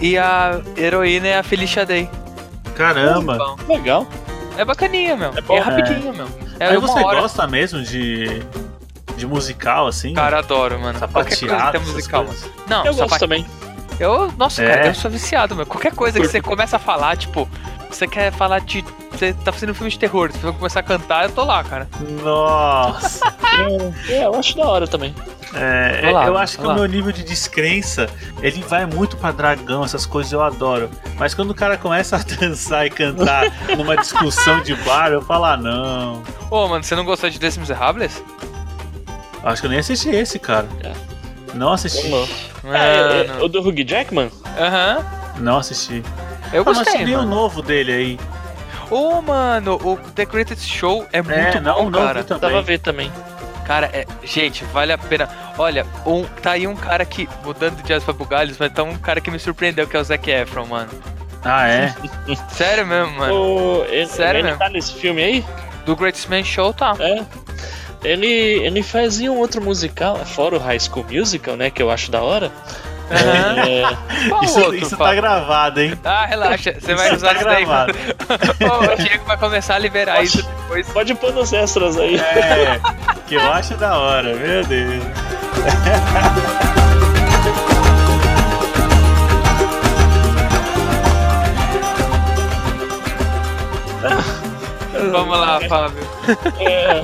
e a heroína é a Felicia Day.
Caramba.
Bom,
Legal.
é bacaninha, meu. É,
bom.
rapidinho, meu. É
Aí
uma
você
hora.
gosta mesmo de, de musical, assim?
Cara, adoro, mano. Qualquer coisa que
sapateado,
tem
essas
musical, mano.
coisas?
Não,
Eu
só
gosto também.
Eu, nossa,
É.
cara, eu sou viciado, meu. Qualquer coisa que você começa a falar, tipo, você quer falar de. Você tá fazendo um filme de terror, você vai começar a cantar, eu tô lá, cara.
Nossa!
*laughs*
É, eu acho da hora também.
É,
Vai lá,
eu acho
vai
que o
lá.
meu nível de descrença ele vai muito pra dragão, essas coisas eu adoro. Mas quando o cara começa a *laughs* dançar e cantar numa discussão de bar, eu falo, ah, não.
Ô, mano, você não gostou de Desses Miserables?
Acho que eu nem assisti esse, cara. Não assisti.
Não. É, é,
Mano.
o do Hugh Jackman?
Aham.
Não assisti.
Eu
Ah, mas
gostei,
tem o
mano.
novo dele aí.
Ô, mano, o The Greatest Show é muito
é, não, então.
bom,
o novo
cara.
Dava a
também.
ver também.
Cara, é- gente, vale a pena. Olha, um, tá aí um cara que, mudando de asas pra bugalhos, mas tá um cara que me surpreendeu, que é o Zac Efron, mano.
Ah,
*laughs*
é?
Sério mesmo, mano. É
O, ele,
Sério
ele
mesmo?
tá nesse filme aí?
Do Greatest Man Show, tá.
É. Ele, ele fazia um outro musical, fora o High School Musical, né? Que eu acho da hora.
Aham.
É,
Qual
Isso,
outro,
isso tá
Fábio?
gravado, hein?
Ah, relaxa, você vai
Isso
usar
tá
isso daí.
gravado.
Ô, o Diego vai começar a liberar isso depois.
pode pôr nos extras
*laughs*
aí.
É, que eu acho da hora, meu Deus.
Vamos lá, Fábio.
É.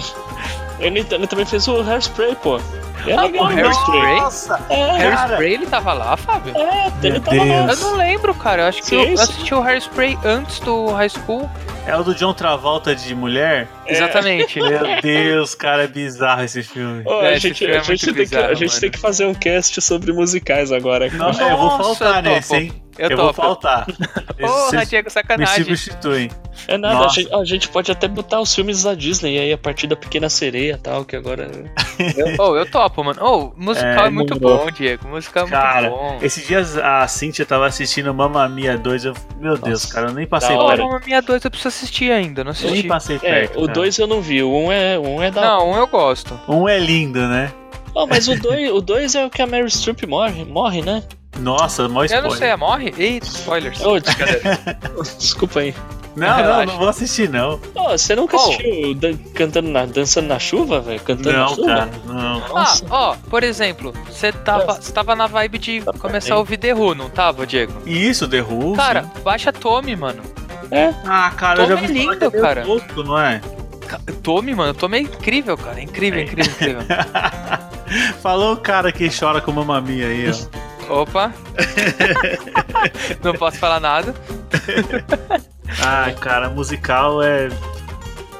Ele, ele também fez o Hairspray, pô. E É
Ah,
legal
o
o Hairspray.
Hairspray?
Nossa,
É,
Hairspray, ele tava lá, Fábio?
é, ele
Meu
tava lá.
Eu
Deus.
não lembro, cara. Eu acho que
Sim,
eu
sim.
assisti o Hairspray antes do High School.
é o do John Travolta de mulher? *laughs*
Exatamente.
Meu Deus, cara, é bizarro esse filme.
Ó,
É,
a
esse
gente,
filme é
a gente,
muito
tem, que, a
bizarro,
gente
mano.
tem que fazer um cast sobre musicais agora. cara.
Nossa, eu vou
Nossa,
faltar
eu topo.
nesse, hein?
Eu
vou
topo. *laughs*
faltar.
Porra,
Vocês
Diego,
me
sacanagem. Tá
substituem.
É nada, a
Nossa.
gente, a gente pode até botar os filmes da Disney aí, a partir da Pequena Sereia e tal, que agora.
Oh, eu topo, mano. Oh, musical é,
É,
muito
demorou.
bom, Diego. Musical é
Cara,
muito bom.
esses dias a Cintia tava assistindo Mamma Mia 2. Eu, meu Deus, cara, eu nem passei
da
Oh,
hora.
perto.
Mamma Mia 2 eu preciso assistir ainda, não
Eu nem
assisti.
passei
É,
perto.
o
cara.
2 eu não vi, o 1 um é, um é da.
né? Não, um eu gosto.
Um é lindo, né?
Ah, mas o 2 o dois é o que a Mary Streep morre, morre né?
Nossa, mó
Eu
spoiler.
não sei, é morre? Eita, spoilers.
Ô, desculpa. *laughs* desculpa aí.
Não, não,
Relaxa.
não vou assistir, não.
Ô, você nunca
Oh.
assistiu o Dan- cantando na, Dançando na Chuva, velho? Cantando na
não,
chuva?
cara, não.
Ah,
Nossa.
ó, por exemplo, você tava, você tava na vibe de começar a ouvir The Who, não tava, Diego?
E isso, The Who,
Cara,
sim.
baixa Tommy, mano.
Ah, cara, eu já
Tom é
vi falar
lindo,
que é
cara.
Louco, não é?
Ca- Tommy, mano, Tommy é incrível, cara. Incrível, incrível, incrível.
*laughs* Falou o cara que chora com Mamma Mia aí,
*laughs*
ó. *laughs*
Opa. não posso falar nada.
Ah, cara, musical é.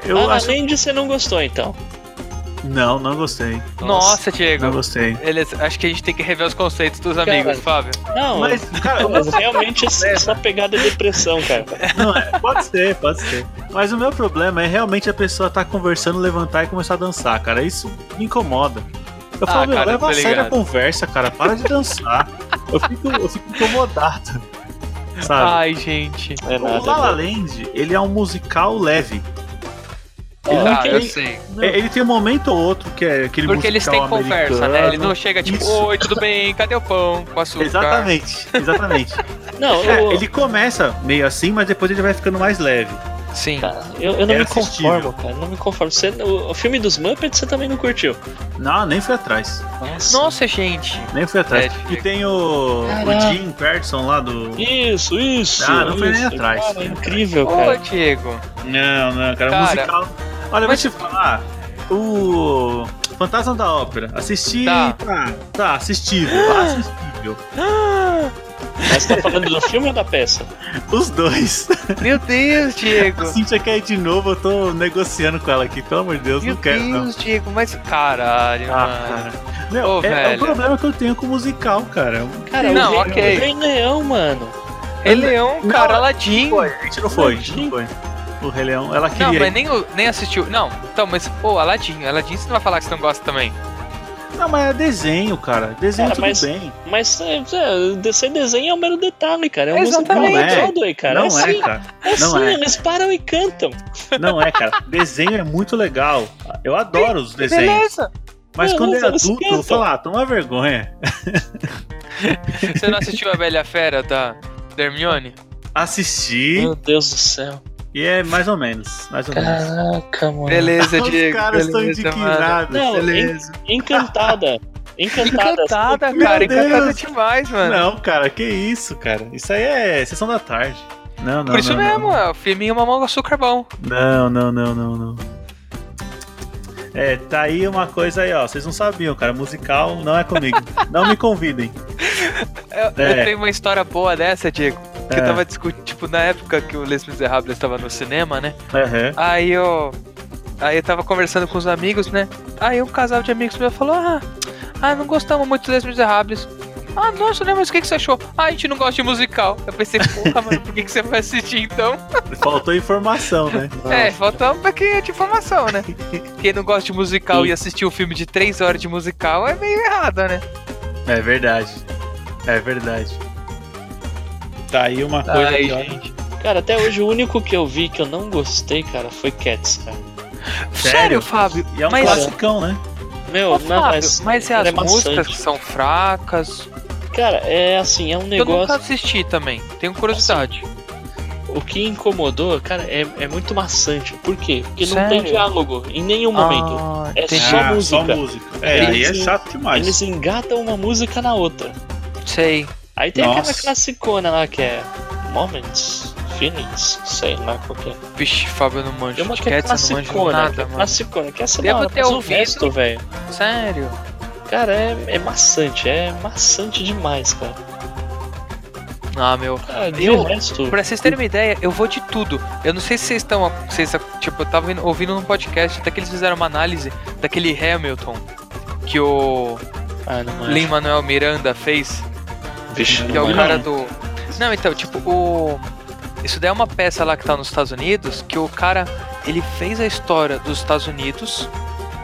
Eu
ah,
acho.
além de você não gostou, então.
Não, não gostei.
Nossa,
Nossa,
Não
Diego.
gostei.
Beleza, acho que a gente tem que rever os conceitos dos
Cara.
amigos, Fábio.
Não,
Mas, cara, né?
mas realmente essa essa pegada é depressão, cara.
não, é, pode ser, pode ser. Mas o meu problema é realmente a pessoa tá conversando, levantar e começar a dançar, cara. Isso me incomoda. Eu
Ah,
falo, meu,
cara,
leva
tô
a sério a
ligado.
conversa, cara. Para de dançar. eu, fico, eu fico incomodado. Sabe?
Ai, né? gente.
É
o La La
nada.
Land, ele é um musical leve.
Ele não
Ah,
tem-
eu sei.
É, Ele tem um momento ou outro que é aquele
Porque eles
musical
têm conversa, né? Ele
americano.
não chega tipo,
Isso.
oi, tudo bem? Cadê o pão com açúcar?
Exatamente, exatamente.
*laughs*
Não,
É,
eu,
ele começa meio assim, mas depois ele vai ficando mais leve.
Sim.
eu, eu não
é
me
assistível.
conformo, cara. Não me conformo. Você, o, o filme dos Muppets você também não curtiu.
Não, nem fui atrás.
Nossa.
Nossa, gente.
Nem fui atrás.
É,
e tem o, o
Caraca.
Jim Patterson lá do.
Isso, isso.
Ah, não foi nem
isso.
atrás.
Cara, é incrível,
Ô,
cara.
*laughs*
Diego.
Não, não, cara,
Cara.
musical. Olha,
Mas-
mas... vou te falar. O. Fantasma da Ópera. Assisti.
Tá.
Tá, tá assistível. assistível.
Mas você tá falando do filme ou da peça?
Os dois. *laughs*
Meu Deus, Diego.
A Cintia quer ir de novo, eu tô negociando com ela aqui. Pelo amor de Deus,
Meu
não quero, não.
Deus, Diego, mas. Caralho,
Ah,
mano.
cara. Meu,
Ô,
é, é o
velho.
problema que eu tenho com musical, cara.
Cara,
Não,
o Rei,
ok.
o Rei Leão, mano.
Rei Leão,
Não,
cara,
não
Aladdin.
Foi, a gente não foi, a gente não foi. O Rei Leão, ela queria.
Não,
ir.
mas nem, o- nem assistiu. Não, então, mas, pô, Aladdin, Aladdin você não vai falar que você não gosta também.
é desenho, cara. Desenho
Cara,
tudo
mas-
bem.
Mas é, é, descer desenho é um mero detalhe, cara. É um musical
Exatamente.
da
Não é.
Broadway, cara.
não
é,
é,
sim,
cara.
é
Não
sim,
é.
eles param e cantam.
Não é, cara. Desenho é muito legal. Eu adoro os
é
desenhos.
Beleza!
Mas
Não,
quando é
não, não
adulto, eu vou
esquenta.
falar, ah, toma vergonha.
Você não assistiu a Bela e a Fera da da Hermione? Hum.
Assisti
Meu Deus do céu.
e é mais ou menos. Mais ou menos.
Caraca, mano.
Beleza,
*laughs*
Diego.
Os caras estão
beleza, mano.
indignados.
Não, en-
*laughs*
encantada. Encantada.
Encantada,
Meu
cara, encantada
Deus.
demais, mano.
Não, cara, que isso, cara. Isso aí é sessão da tarde. Não, não.
Por isso
não,
mesmo,
Não,
ó, o filminho é mamão com açúcar bom.
não, não, não, não. não. É, tá aí uma coisa aí, ó. Vocês não sabiam, cara. Musical não é *laughs* comigo. não me convidem.
Eu, eu
É.
tenho uma história boa dessa, Diego. Que eu
É.
tava discutindo, tipo, na época que o Les Miserables tava no cinema, né?
Aham.
Aí eu. Aí eu tava conversando com os amigos, né? Aí um casal de amigos meu falou: Ah, ah não gostamos muito dos Miserables. Ah, nossa, né? Mas o que, que você achou? Ah, a gente não gosta de musical. Eu pensei, porra, mano, por que, que você vai assistir então?
Faltou informação, né?
É, faltamos um pouquinho de informação, *laughs* né? Quem não gosta de musical e assistir um filme de três horas de musical é meio errado, né?
É verdade. É verdade. Tá aí uma coisa
Ai,
que, ó,
gente.
Cara, até hoje o único que eu vi que eu não gostei, cara, foi Cats, cara.
Sério,
Sério?
Fábio?
E é um
mas,
classicão, né?
Meu,
Ô,
não,
Fábio,
mas.
mas é
era
as músicas
maçante.
que são fracas.
Cara, é assim, é um
Eu nunca
negócio.
assisti também. Tenho curiosidade.
O que incomodou, cara, é, é muito maçante. Por quê? Porque não
Sério?
tem diálogo em nenhum momento.
Ah,
É
entendi.
Só música.
É,
Eles-
aí é chato demais.
Eles engatam uma música na outra.
Sei.
Aí tem aquela
Nossa.
classicona lá que é Moments, Feelings, sei lá qual que é.
Vixe, Fábio, eu não manjo.
Tem uma
de
que é
Cats, eu não manjo
classicona, que
nada,
é
mano.
classicona, que essa
Devo
da hora,
ter
mas o
ouvido.
um resto, velho.
Sério?
Cara, é, é maçante, é maçante demais, cara.
Ah, meu.
Cara, de
Eu-
resto,
Pra vocês terem uma ideia, eu vou de tudo. Eu não sei se vocês estão. Vocês, tipo, eu tava ouvindo- ouvindo num podcast, até que eles fizeram uma análise daquele Hamilton que o
ah, não manjo.
Lin Manuel Miranda fez.
Vixe,
Que é
não
o
Não.
manjo.
cara do. Não, então, tipo, o. Isso daí é uma peça lá que tá nos Estados Unidos, que o cara, ele fez a história dos Estados Unidos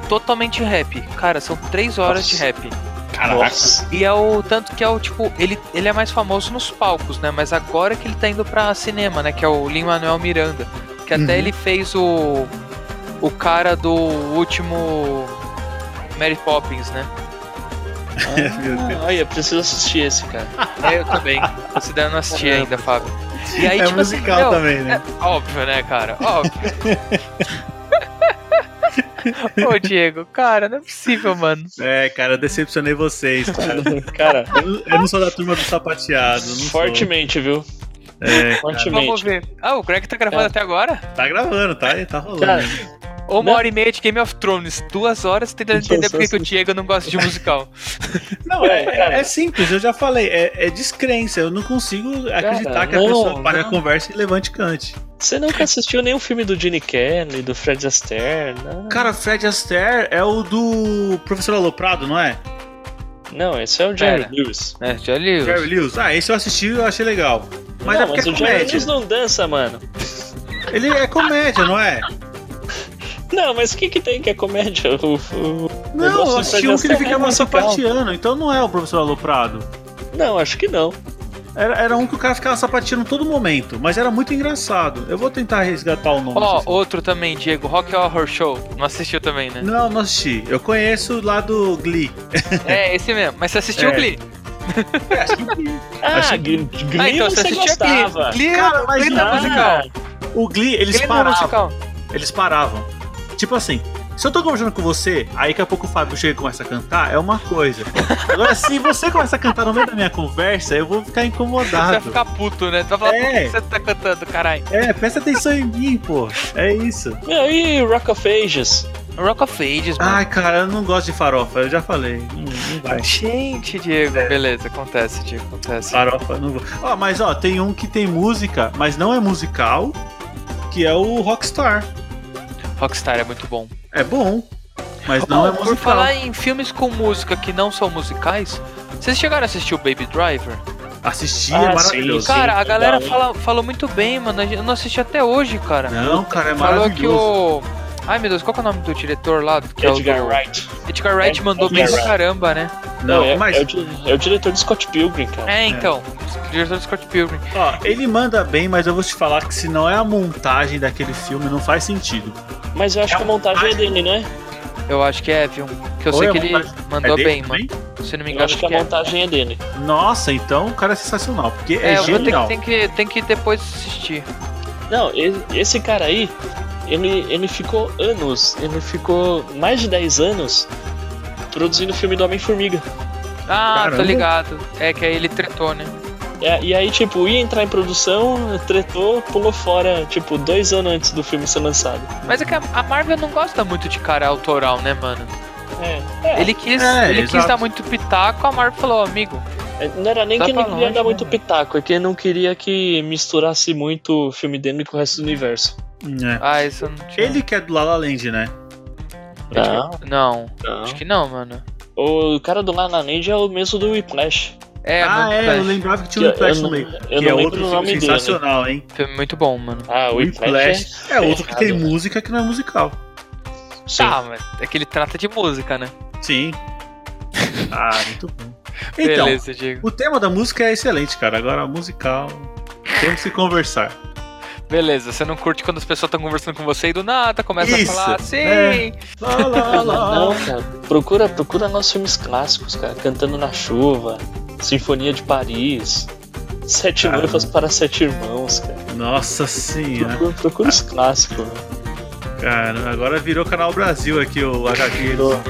totalmente rap. Cara, são três horas de
Nossa.
rap.
Caraca.
Nossa.
E é o tanto que é o, tipo, ele, ele é mais famoso nos palcos, né? Mas agora que ele tá indo pra cinema, né? Que é o Lin-Manuel Miranda. Que até
Uhum.
ele fez o. O cara do último. Mary Poppins, né?
Meu Deus.
Ah, olha, preciso assistir esse, cara.
É,
*laughs*
eu também. Esse daí eu não assisti ainda, Fábio. E aí,
é
tipo assim,
musical
meu,
também, né?
É óbvio, né, cara?
*laughs*
Óbvio. Ô, Diego, cara, não é possível, mano.
É, cara, eu decepcionei vocês,
*laughs*
cara.
Cara,
Eu, eu não sou da turma do sapateado. Não sou.
fortemente, viu?
É,
Vamos
Fortemente.
ver. Ah, o Greg tá gravando
É.
até agora?
tá gravando, tá? Tá rolando.
Cara,
Ou uma
Não.
hora e meia de Game of Thrones, duas horas tentando
Então,
entender
só
porque que o
assim.
Diego não gosta
*laughs*
de musical.
Não, é, é- é simples, eu já falei. É, é descrença. Eu não consigo acreditar que a
não,
pessoa paga
não.
a conversa e levante e cante.
Você nunca assistiu nenhum filme do Gene Kelly, do Fred Astaire? né? Não,
Cara, Fred Astaire é o do Professor Aloprado, não é?
não esse é o Jerry
Pera.
Lewis.
É, já li.
Jerry Lewis. Ah, esse eu assisti e eu achei legal. Mas
não,
é porque
mas o
é
Jerry
comédia.
Lewis não dança, mano.
Ele é comédia, não é?
Não, mas o que, que tem que é comédia? *laughs* O- o-
Não,
gosto
eu
do
assisti
Fred
um que ele
Astaire, é
ficava
musical.
sapateando, então não é o professor Aloprado.
Não, acho que não.
Era, era um que o cara ficava sapateando todo momento, mas era muito engraçado. Eu vou tentar resgatar o nome.
Ó,
se-
outro também, Diego, Rock Horror Show. Não assistiu
*laughs*
também, né?
Não, não assisti. Eu conheço lá do Glee.
É, esse mesmo. Mas você assistiu o
É.
Glee?
Ah,
Acho
Glee
Ah, então
você
assistiu
gostava.
Glee. Glee,
Cara, mas
Glee não é
nada.
musical.
O Glee, eles
Glee não é
paravam.
musical.
Eles paravam. Tipo assim, se eu tô conversando com você, aí daqui a pouco o Fábio chega e começa a cantar, é uma coisa. Agora, se você começa a cantar no meio da minha conversa, eu vou ficar
Você vai
incomodado.
ficar puto, né? Tu vai falar,
É.
por que você tá cantando, caralho?
É, presta atenção em mim, pô. É isso.
Meu, e Rock of Ages?
Rock of Ages, mano.
Ai, cara, eu não gosto de farofa, eu já falei. Não, não vai.
Gente, Diego. Beleza, acontece, Diego, acontece.
Farofa, não vou. Ó, mas ó, tem um que tem música, mas não é musical, que é o Rockstar.
Rockstar é muito bom.
É bom, mas não é
Por
musical.
falar em filmes com música que não são musicais, vocês chegaram a assistir o Baby Driver?
Assistir
Ah,
é
sim,
maravilhoso.
Cara, a
legal,
galera
hein?
fala, falou muito bem, mano. Eu não assisti até hoje, cara.
Não, cara, é
falou que
maravilhoso.
o. Ai meu Deus, qual que é o nome do diretor lá? Que é o
Edgar
do-
Wright.
Edgar Wright
Ed-
mandou
Edgar
bem pra
Wright.
caramba, né?
Não,
é,
mas
é o, di- é o diretor de Scott Pilgrim, cara.
É, então. O diretor do Scott Pilgrim.
ó, ele manda bem, mas eu vou te falar que se não é a montagem daquele filme, não faz sentido.
Mas eu acho que a montagem é dele, né?
Eu acho que é, viu? Que eu
Oi,
sei
a
que ele
montagem-
mandou
é
bem,
dele
mano.
também?
Se não me
Eu
engano,
acho que a montagem é dele.
Nossa, então o cara é sensacional, porque é,
É, eu vou ter que,
genial.
tem, que, tem que depois assistir.
Não, e- esse cara aí, ele, ele ficou anos, ele ficou mais de 10 anos produzindo o filme do Homem-Formiga.
Ah,
Caramba.
tô ligado. É que aí ele tretou, né?
É, E, aí, tipo, ia entrar em produção, tretou, pulou fora, tipo, dois anos antes do filme ser lançado.
Mas é que a, a Marvel não gosta muito de cara autoral, né, mano?
É, é,
Ele quis,
É,
ele quis
exato.
dar muito pitaco, a Marvel falou, ó, amigo.
é, não era nem
Tá
que ele
pra
queria
longe,
dar
né,
muito
velho?
pitaco, é que ele não queria que misturasse muito o filme dele com o resto do universo.
É.
Ah, isso eu não tinha.
Ele que é do La La Land, né?
Não,
Não,
não.
acho que não, mano.
É, tipo, O cara do Lana Ninja é o mesmo do Whiplash.
É,
ah,
mano,
é,
Flash.
eu lembrava que tinha o
Eu- eu
Whiplash no
não-
meio.
eu
que
não
é
lembro
outro
o
filme
nome dele.
sensacional, hein?
Filme muito bom, mano.
Ah, o Whiplash
Whiplash é outro que tem
ferrado, né?
música que não é musical.
Sim.
Tá, mas é que ele trata de música, né? *laughs*
Sim. Ah, muito bom. Então,
Beleza, Diego.
o tema da música é excelente, cara. Agora, musical, temos que
*laughs*
conversar.
Beleza, você não curte quando as pessoas estão conversando com você e do nada começa
Isso,
a falar assim.
é. Lá, lá,
Não,
lá.
cara. Procura, procura nossos filmes clássicos, cara. Cantando na chuva, Sinfonia de Paris, Sete
Cara.
Noivas para Sete Irmãos, cara.
Nossa senhora.
Procura, procura os clássicos. né?
Cara, agora virou Canal Brasil aqui, o HQ.
Virou.